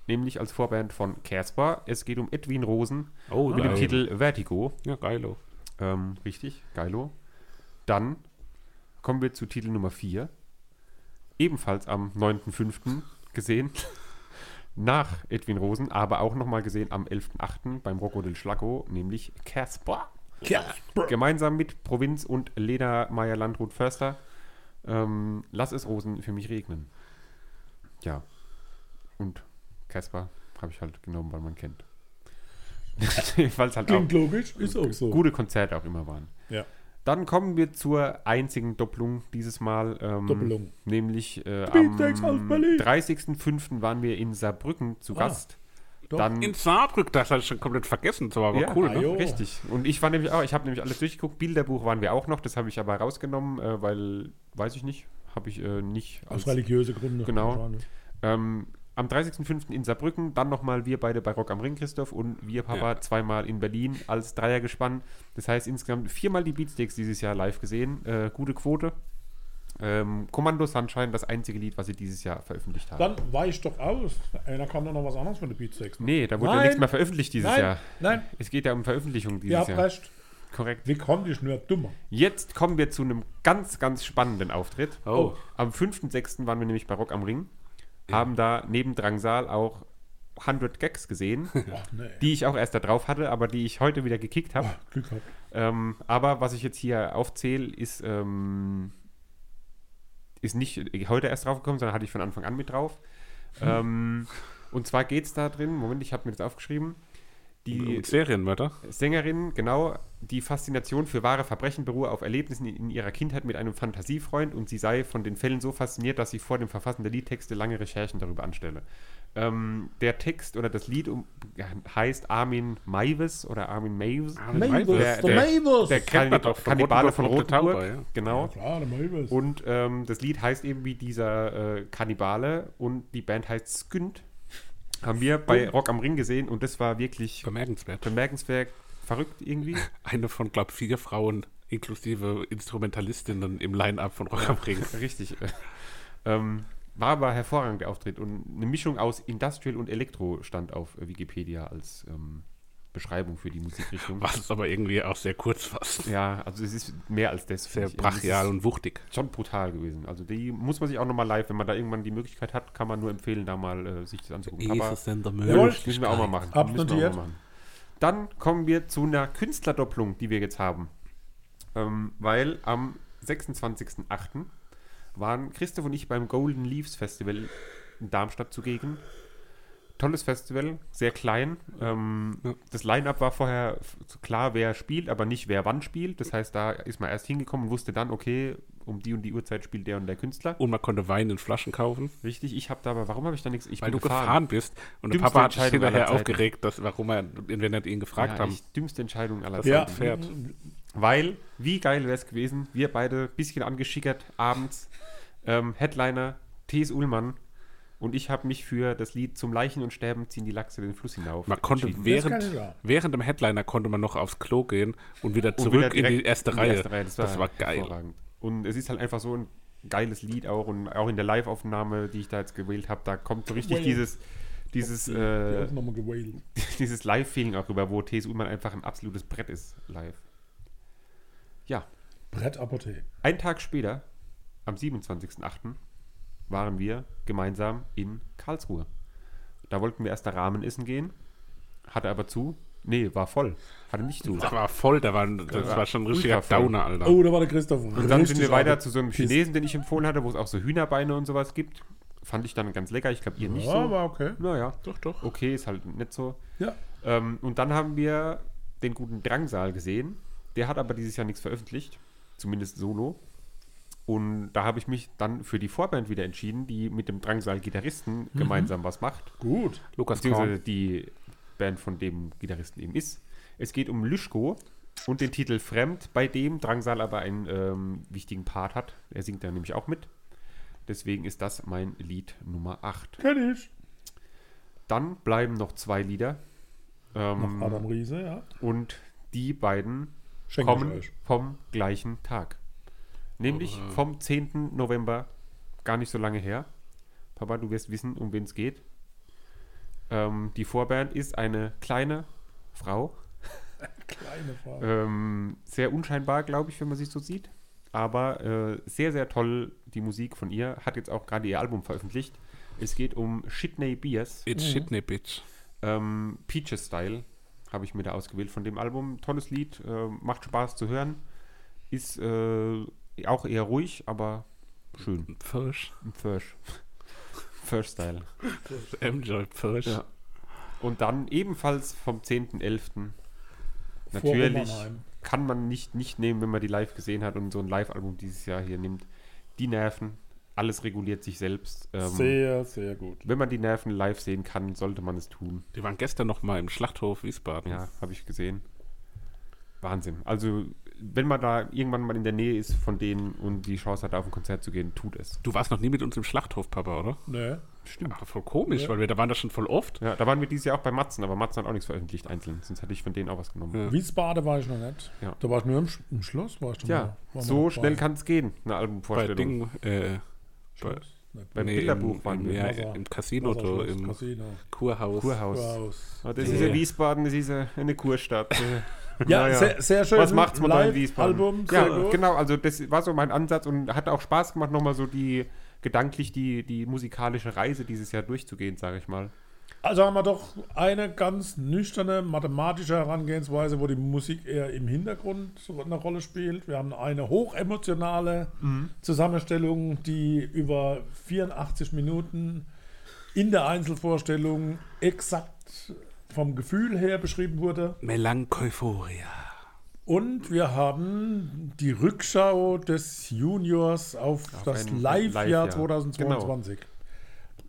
Speaker 3: nämlich als Vorband von Casper. Es geht um Edwin Rosen
Speaker 1: Oh,
Speaker 3: mit dem
Speaker 1: geil.
Speaker 3: Titel Vertigo.
Speaker 1: Ja, geilo.
Speaker 3: Ähm, richtig, geilo. Dann kommen wir zu Titel Nummer 4. Ebenfalls am 9.5. gesehen. Nach Edwin Rosen, aber auch nochmal gesehen am 11.8. beim Rocco del Schlacco, nämlich Casper.
Speaker 2: Ja.
Speaker 3: Gemeinsam mit Provinz und Lena Meyer Landrut Förster. Ähm, lass es Rosen für mich regnen. Ja. Und Casper habe ich halt genommen, weil man kennt. Weil es halt auch
Speaker 2: Klingt logisch, ist auch so.
Speaker 3: gute Konzerte auch immer waren.
Speaker 2: Oh. Ja.
Speaker 3: Dann kommen wir zur einzigen Doppelung dieses Mal. Ähm,
Speaker 2: Doppelung.
Speaker 3: Nämlich äh, am
Speaker 2: Beatsteaks aus Berlin.
Speaker 3: 30.05. waren wir in Saarbrücken zu
Speaker 2: Ah,
Speaker 3: Gast.
Speaker 2: doch.
Speaker 3: Dann
Speaker 1: In Saarbrück, das hatte ich schon komplett vergessen. Das war aber
Speaker 3: ja,
Speaker 1: cool,
Speaker 2: ah,
Speaker 1: ne?
Speaker 2: jo.
Speaker 3: richtig. Und ich war nämlich auch, ich habe nämlich alles durchgeguckt. Bilderbuch waren wir auch noch, das habe ich aber rausgenommen, äh, weil, weiß ich nicht, habe ich äh, nicht
Speaker 2: Aus religiösen Gründen.
Speaker 3: Genau. Ähm, am 30.05. in Saarbrücken, dann nochmal wir beide bei Rock am Ring, Christoph, und wir Papa zweimal in Berlin als Dreiergespann. Das heißt insgesamt viermal die Beatsteaks dieses Jahr live gesehen. Äh, gute Quote. Ähm, Kommando Sunshine, das einzige Lied, was sie dieses Jahr veröffentlicht haben.
Speaker 2: Dann weich doch aus. Ey, da kam doch noch was anderes von den Beatsex.
Speaker 3: nee, da wurde ja
Speaker 2: Nein.
Speaker 3: nichts mehr veröffentlicht dieses
Speaker 2: Nein,
Speaker 3: Jahr.
Speaker 2: nein.
Speaker 3: Es geht ja um Veröffentlichung
Speaker 2: Ihr
Speaker 3: dieses
Speaker 2: habt
Speaker 3: Jahr.
Speaker 2: recht.
Speaker 3: Korrekt.
Speaker 2: Wie kommt die nur dummer?
Speaker 3: Jetzt kommen wir zu einem ganz, ganz spannenden Auftritt.
Speaker 1: Oh.
Speaker 3: Am 5.6. waren wir nämlich bei Rock am Ring, haben da neben Drangsal auch 100 Gags gesehen,
Speaker 2: Ach, nee.
Speaker 3: die ich auch erst da drauf hatte, aber die ich heute wieder gekickt habe.
Speaker 2: Ach, Glück gehabt.
Speaker 3: Ähm, aber was ich jetzt hier aufzähle, ist, ähm, ist nicht heute erst draufgekommen, sondern hatte ich von Anfang an mit drauf. Ähm, und zwar geht es da drin, Moment, ich habe mir das aufgeschrieben, die
Speaker 1: Und Serienmörder.
Speaker 3: Sängerin, genau, die Faszination für wahre Verbrechen beruhe auf Erlebnissen in ihrer Kindheit mit einem Fantasiefreund und sie sei von den Fällen so fasziniert, dass sie vor dem Verfassen der Liedtexte lange Recherchen darüber anstelle. Ähm, der Text oder das Lied um, heißt Armin Maivis oder Armin Maves.
Speaker 1: Ah,
Speaker 2: Mabels,
Speaker 3: der-
Speaker 2: Ah, der
Speaker 3: der-
Speaker 2: Mabels.
Speaker 3: Der
Speaker 1: kennt man doch
Speaker 3: Kannib
Speaker 1: von
Speaker 3: Kannibale
Speaker 1: Rotenburg,
Speaker 3: von
Speaker 1: Rote
Speaker 3: Rotenburg.
Speaker 1: Tauber, ja.
Speaker 3: Genau.
Speaker 2: Klar, der Mabels.
Speaker 3: Und ähm, das Lied heißt eben wie dieser äh, Kannibale und die Band heißt Skünd. Haben wir bei Rock am Ring gesehen und das war wirklich
Speaker 1: Bemerkenswert.
Speaker 3: bemerkenswert verrückt irgendwie.
Speaker 1: Eine von, glaube vier Frauen inklusive Instrumentalistinnen im Line-Up von Rock am Ring.
Speaker 3: Richtig. Ähm, War aber hervorragend der Auftritt und eine Mischung aus Industrial und Elektro stand auf äh, Wikipedia als ähm, Beschreibung für die Musikrichtung.
Speaker 1: Was es aber irgendwie auch sehr kurz fasst.
Speaker 3: Ja, also es ist mehr als das.
Speaker 1: Sehr
Speaker 3: finde ich.
Speaker 1: brachial
Speaker 3: Also
Speaker 1: und wuchtig.
Speaker 3: es ist schon brutal gewesen. Also die muss man sich auch nochmal live, wenn man da irgendwann die Möglichkeit hat, kann man nur empfehlen, da mal äh, sich das anzugucken. Aber
Speaker 1: denn der
Speaker 3: müssen wir auch mal machen. Müssen wir
Speaker 2: Abnotiert.
Speaker 3: auch mal machen. Dann kommen wir zu einer Künstlerdopplung, die wir jetzt haben. Ähm, weil am 26.08. waren Christoph und ich beim Golden Leaves Festival in Darmstadt zugegen. Tolles Festival, sehr klein. Ähm,
Speaker 1: Ja.
Speaker 3: Das Line-up war vorher f- klar, wer spielt, aber nicht wer wann spielt. Das heißt, da ist man erst hingekommen und wusste dann, okay, um die und die Uhrzeit spielt der und der Künstler.
Speaker 1: Und man konnte Wein in Flaschen kaufen,
Speaker 3: Richtig, ich habe da aber, warum habe ich da nichts? Ich
Speaker 1: weil du
Speaker 3: bin
Speaker 1: gefahren, bist. Und der
Speaker 3: Dümmste
Speaker 1: Papa hat sich
Speaker 3: Entscheidung aller
Speaker 1: hinterher
Speaker 3: Zeiten.
Speaker 1: aufgeregt, dass, warum er, wenn er ihn gefragt
Speaker 3: Ja,
Speaker 1: haben.
Speaker 3: echt dümmste Entscheidung aller
Speaker 2: Ja.
Speaker 3: Zeiten.
Speaker 1: Pferd.
Speaker 3: Weil, wie geil wäre es gewesen, wir beide bisschen angeschickert abends, ähm, Headliner, T.S. Ullmann und ich habe mich für das Lied Zum Leichen und Sterben ziehen die Lachse den Fluss hinauf.
Speaker 1: Man konnte
Speaker 3: entschieden.
Speaker 2: kann ich
Speaker 1: während,
Speaker 2: sagen.
Speaker 1: während dem Headliner konnte man noch aufs Klo gehen und wieder
Speaker 3: Und
Speaker 1: zurück
Speaker 3: wieder
Speaker 1: in die
Speaker 3: direkt
Speaker 1: erste Reihe.
Speaker 3: Das war,
Speaker 1: geil.
Speaker 3: hervorragend. Und es ist halt einfach so ein geiles Lied auch und auch in der Live-Aufnahme, die ich da jetzt gewählt habe, da kommt so richtig
Speaker 2: Well.
Speaker 3: dieses, dieses, äh,
Speaker 2: auch nochmal gewailt.
Speaker 3: dieses Live-Feeling auch rüber, wo T.S. Ullmann einfach ein absolutes Brett ist live. Ja,
Speaker 2: Brettapotheke.
Speaker 3: Ein Tag später, am 27.08., waren wir gemeinsam in Karlsruhe. Da wollten wir erst nach Rahmen essen gehen, hatte aber zu. Nee, war voll. Hatte nicht zu.
Speaker 1: Das war voll, da war, das
Speaker 3: war
Speaker 1: war schon ein richtiger
Speaker 3: ultra voll.
Speaker 1: Downer, Alter.
Speaker 2: Oh, da war der Christoph.
Speaker 3: Und dann sind wir weiter zu so einem Chinesen, den ich empfohlen hatte, wo es auch so Hühnerbeine und sowas gibt. Fand ich dann ganz lecker. Ich glaube, ihr nicht
Speaker 2: Ja,
Speaker 3: so.
Speaker 2: war okay.
Speaker 3: Naja,
Speaker 1: Doch, doch.
Speaker 3: okay, ist halt nicht so.
Speaker 2: Ja.
Speaker 3: Ähm, und dann haben wir den guten Drangsal gesehen. Der hat aber dieses Jahr nichts veröffentlicht, zumindest solo. Und da habe ich mich dann für die Vorband wieder entschieden, die mit dem Drangsal-Gitarristen gemeinsam was macht.
Speaker 2: Gut.
Speaker 1: Lukas
Speaker 3: Beziehungsweise
Speaker 1: Korn.
Speaker 3: die Band von dem Gitarristen eben ist. Es geht um Lüschko und den Titel Fremd, bei dem Drangsal aber einen ähm, wichtigen Part hat. Er singt da nämlich auch mit. Deswegen ist das mein Lied Nummer 8.
Speaker 2: Kenn ich.
Speaker 3: Dann bleiben noch zwei Lieder. Ähm,
Speaker 2: Noch Adam Riese, ja.
Speaker 3: und die beiden
Speaker 2: Schenke ich
Speaker 3: kommen
Speaker 2: euch.
Speaker 3: vom gleichen Tag. Nämlich vom 10. November, gar nicht so lange her. Papa, du wirst wissen, um wen es geht. Ähm, die Vorband ist eine kleine Frau,
Speaker 2: Kleine Frage.
Speaker 3: ähm, sehr unscheinbar, glaube ich, wenn man sie so sieht. Aber äh, sehr, sehr toll die Musik von ihr. Hat jetzt auch gerade ihr Album veröffentlicht. Es geht um Shitney Beers.
Speaker 1: It's Shitney, Bitch.
Speaker 3: Ähm, Peaches Style habe ich mir da ausgewählt von dem Album. Tolles Lied, äh, macht Spaß zu hören. Ist äh, auch eher ruhig, aber schön.
Speaker 1: Pfirsch.
Speaker 3: First. First Style.
Speaker 1: MJ Pfirsch.
Speaker 3: Ja. Und dann ebenfalls vom 10.11.
Speaker 2: Vor
Speaker 3: Äh, Natürlich
Speaker 2: Romanheim.
Speaker 3: kann man nicht nicht nehmen, wenn man die live gesehen hat und so ein Live-Album dieses Jahr hier nimmt. Die Nerven, alles reguliert sich selbst. Ähm,
Speaker 2: sehr, sehr gut.
Speaker 3: wenn man die Nerven live sehen kann, sollte man es tun.
Speaker 1: Die waren gestern noch mal im Schlachthof Wiesbaden.
Speaker 3: Ja, habe ich gesehen. Wahnsinn. Also, wenn man da irgendwann mal in der Nähe ist von denen und die Chance hat, auf ein Konzert zu gehen, tut es.
Speaker 1: Du warst noch nie mit uns im Schlachthof, Papa, oder?
Speaker 2: Ne?
Speaker 3: Hm.
Speaker 1: Stimmt. Ach, voll komisch, weil wir da waren da schon voll oft.
Speaker 3: Ja, da waren wir dieses Jahr auch bei Matzen, aber Matzen hat auch nichts veröffentlicht einzeln. Sonst hätte ich von denen auch was genommen.
Speaker 1: Ja.
Speaker 2: Wiesbaden war ich noch nicht.
Speaker 3: Ja.
Speaker 2: Da war ich nur im, Sch- im Schloss. War ich
Speaker 3: Tja, so schnell kann es gehen, eine
Speaker 1: Bei
Speaker 3: Albumvorstellung.
Speaker 1: Ding, äh, bei,
Speaker 2: Schloss.
Speaker 3: Beim
Speaker 1: nee,
Speaker 3: Bilderbuch
Speaker 1: im,
Speaker 3: waren
Speaker 1: im,
Speaker 3: wir.
Speaker 1: ja,
Speaker 2: Wasser-
Speaker 1: im Casino, da, im
Speaker 2: Casino.
Speaker 1: Kurhaus.
Speaker 3: Kurhaus.
Speaker 2: Kurhaus.
Speaker 3: Ah, das
Speaker 1: Nee.
Speaker 3: ist ja Wiesbaden, das ist ja eine Kurstadt. Äh,
Speaker 2: Ja,
Speaker 3: naja.
Speaker 2: Sehr, sehr schön.
Speaker 3: Was macht's mit deinem
Speaker 2: Live-
Speaker 3: Wiesbaden?
Speaker 2: Album,
Speaker 3: ja,
Speaker 2: sehr gut.
Speaker 3: genau, also das war so mein Ansatz und hat auch Spaß gemacht, nochmal so die gedanklich die, die musikalische Reise dieses Jahr durchzugehen, sage ich mal.
Speaker 2: Also haben wir doch eine ganz nüchterne mathematische Herangehensweise, wo die Musik eher im Hintergrund so eine Rolle spielt. Wir haben eine hochemotionale
Speaker 3: Mhm.
Speaker 2: Zusammenstellung, die über 84 Minuten in der Einzelvorstellung exakt vom Gefühl her beschrieben wurde.
Speaker 1: Melancholia.
Speaker 2: Und wir haben die Rückschau des Juniors auf, das
Speaker 3: ein
Speaker 2: Live-Jahr
Speaker 3: Live-Jahr. Genau.
Speaker 2: 2022.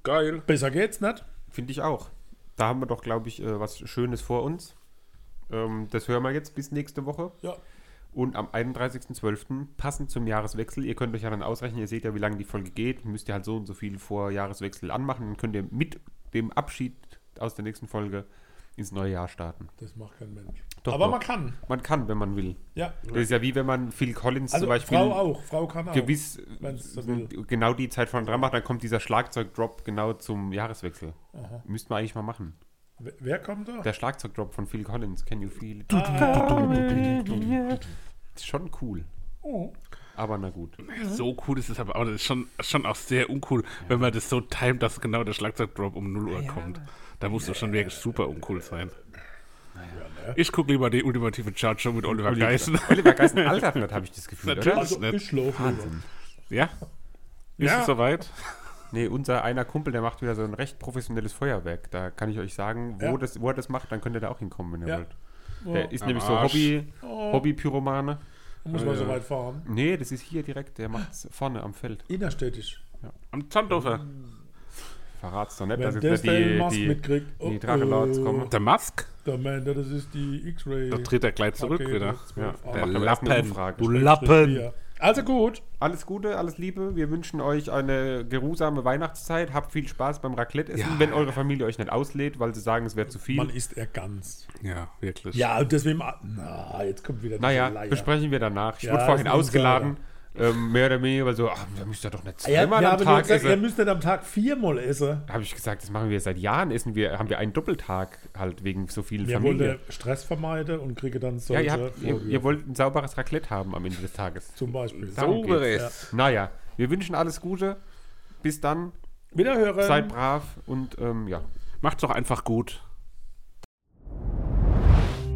Speaker 1: Geil.
Speaker 2: Besser geht's nicht.
Speaker 3: Finde ich auch. Da haben wir doch, glaube ich, äh, was Schönes vor uns. Ähm, Das hören wir jetzt bis nächste Woche.
Speaker 2: Ja.
Speaker 3: Und am 31.12. passend zum Jahreswechsel, ihr könnt euch ja dann ausrechnen, ihr seht ja, wie lange die Folge geht, müsst ihr halt so und so viel vor Jahreswechsel anmachen, dann könnt ihr mit dem Abschied aus der nächsten Folge ins neue Jahr starten.
Speaker 2: Das macht kein Mensch.
Speaker 3: Doch,
Speaker 2: Aber
Speaker 3: doch.
Speaker 2: man kann.
Speaker 3: Man kann, wenn man will.
Speaker 2: Ja.
Speaker 3: Das ist ja wie wenn man Phil Collins
Speaker 2: Also
Speaker 3: zum Beispiel
Speaker 2: Frau auch. Frau kann auch.
Speaker 3: gewiss
Speaker 2: wenn's so
Speaker 3: äh,
Speaker 2: will.
Speaker 3: genau die Zeit von dran macht, dann kommt dieser Schlagzeugdrop genau zum Jahreswechsel. Müsste man eigentlich mal machen.
Speaker 2: Wer- Wer kommt da?
Speaker 3: Der Schlagzeugdrop von Phil Collins, Can You Feel It? Ist schon cool.
Speaker 2: Oh.
Speaker 3: Aber na gut.
Speaker 1: Mhm. So cool ist es aber auch. Das ist schon, schon auch sehr uncool, wenn man das so timet, dass genau der Schlagzeugdrop um 0
Speaker 3: Ah,
Speaker 1: Uhr kommt. Da musst du schon wirklich super uncool sein. Ich gucke lieber die ultimative Charge-Show mit Oliver Geissen.
Speaker 3: Oliver Geissen altert, habe ich das Gefühl, oder?
Speaker 1: Natürlich.
Speaker 2: Also
Speaker 1: nicht.
Speaker 2: ich laufe.
Speaker 1: Ja? Ist
Speaker 2: Ja.
Speaker 1: es soweit?
Speaker 3: Nee, unser einer Kumpel, der macht wieder so ein recht professionelles Feuerwerk. Da kann ich euch sagen, wo,
Speaker 2: Ja.
Speaker 3: das, wo er das macht, dann könnt ihr da auch hinkommen, wenn ihr
Speaker 2: Ja.
Speaker 3: wollt.
Speaker 2: Oh,
Speaker 3: Der ist
Speaker 1: Am
Speaker 3: nämlich so
Speaker 1: Arsch.
Speaker 3: Hobby,
Speaker 2: Oh.
Speaker 3: Hobby-Pyromane.
Speaker 2: muss man so weit fahren.
Speaker 3: Nee, das ist hier direkt, der macht's vorne am Feld.
Speaker 2: Innerstädtisch.
Speaker 1: Am Zahndofer.
Speaker 3: Verrat's doch nicht,
Speaker 2: Wenn
Speaker 3: dass
Speaker 2: das,
Speaker 3: jetzt
Speaker 2: der Elon
Speaker 3: nicht
Speaker 2: Musk
Speaker 3: die, die,
Speaker 2: mitkriegt. oh,
Speaker 3: die Drachenlords kommen.
Speaker 1: Der Mask?
Speaker 2: Der Mann, das ist die X-Ray.
Speaker 1: Da tritt er gleich zurück
Speaker 2: Okay,
Speaker 1: wieder.
Speaker 2: das-
Speaker 3: Ja,
Speaker 2: Ah.
Speaker 3: der
Speaker 1: Macht am
Speaker 3: Lappen.
Speaker 1: ersten
Speaker 3: Umfrage.
Speaker 1: Du Lappen.
Speaker 2: Lappen. Also gut.
Speaker 3: Alles Gute, alles Liebe. Wir wünschen euch eine geruhsame Weihnachtszeit. Habt viel Spaß beim Raclette-Essen,
Speaker 1: Ja.
Speaker 3: wenn eure Familie euch nicht auslädt, weil sie sagen, es wäre zu
Speaker 2: Man
Speaker 3: viel.
Speaker 2: isst er ganz.
Speaker 1: Ja, wirklich.
Speaker 2: Ja, und deswegen. Na, jetzt kommt wieder
Speaker 3: Naja,
Speaker 2: diese Leier.
Speaker 3: besprechen wir danach. Ich
Speaker 2: Ja,
Speaker 3: wurde vorhin
Speaker 2: das ist ein
Speaker 3: ausgeladen, ähm, mehr oder weniger, weil so, ach, da müsst ihr doch nicht
Speaker 2: Ah Ja,
Speaker 3: zweimal
Speaker 2: ja,
Speaker 3: am
Speaker 2: aber du hast
Speaker 3: Tag
Speaker 2: gesagt, ihr
Speaker 3: essen.
Speaker 2: müsst nicht am Tag viermal essen.
Speaker 3: Da habe ich gesagt, das machen wir seit Jahren, essen wir, haben wir einen Doppeltag halt wegen so viel
Speaker 2: Ihr
Speaker 3: Familie.
Speaker 2: wollt Stress vermeiden und kriege dann
Speaker 3: Ja,
Speaker 2: solche
Speaker 3: ihr, habt, ihr,
Speaker 2: Vorwürfe.
Speaker 3: ihr wollt ein sauberes Raclette haben am Ende des Tages.
Speaker 2: Zum Beispiel.
Speaker 3: Darum
Speaker 1: Sauberes.
Speaker 3: Naja, wir wünschen alles Gute. Bis dann,
Speaker 2: Wiederhören.
Speaker 3: seid brav und ähm, ja.
Speaker 1: Macht's doch einfach gut.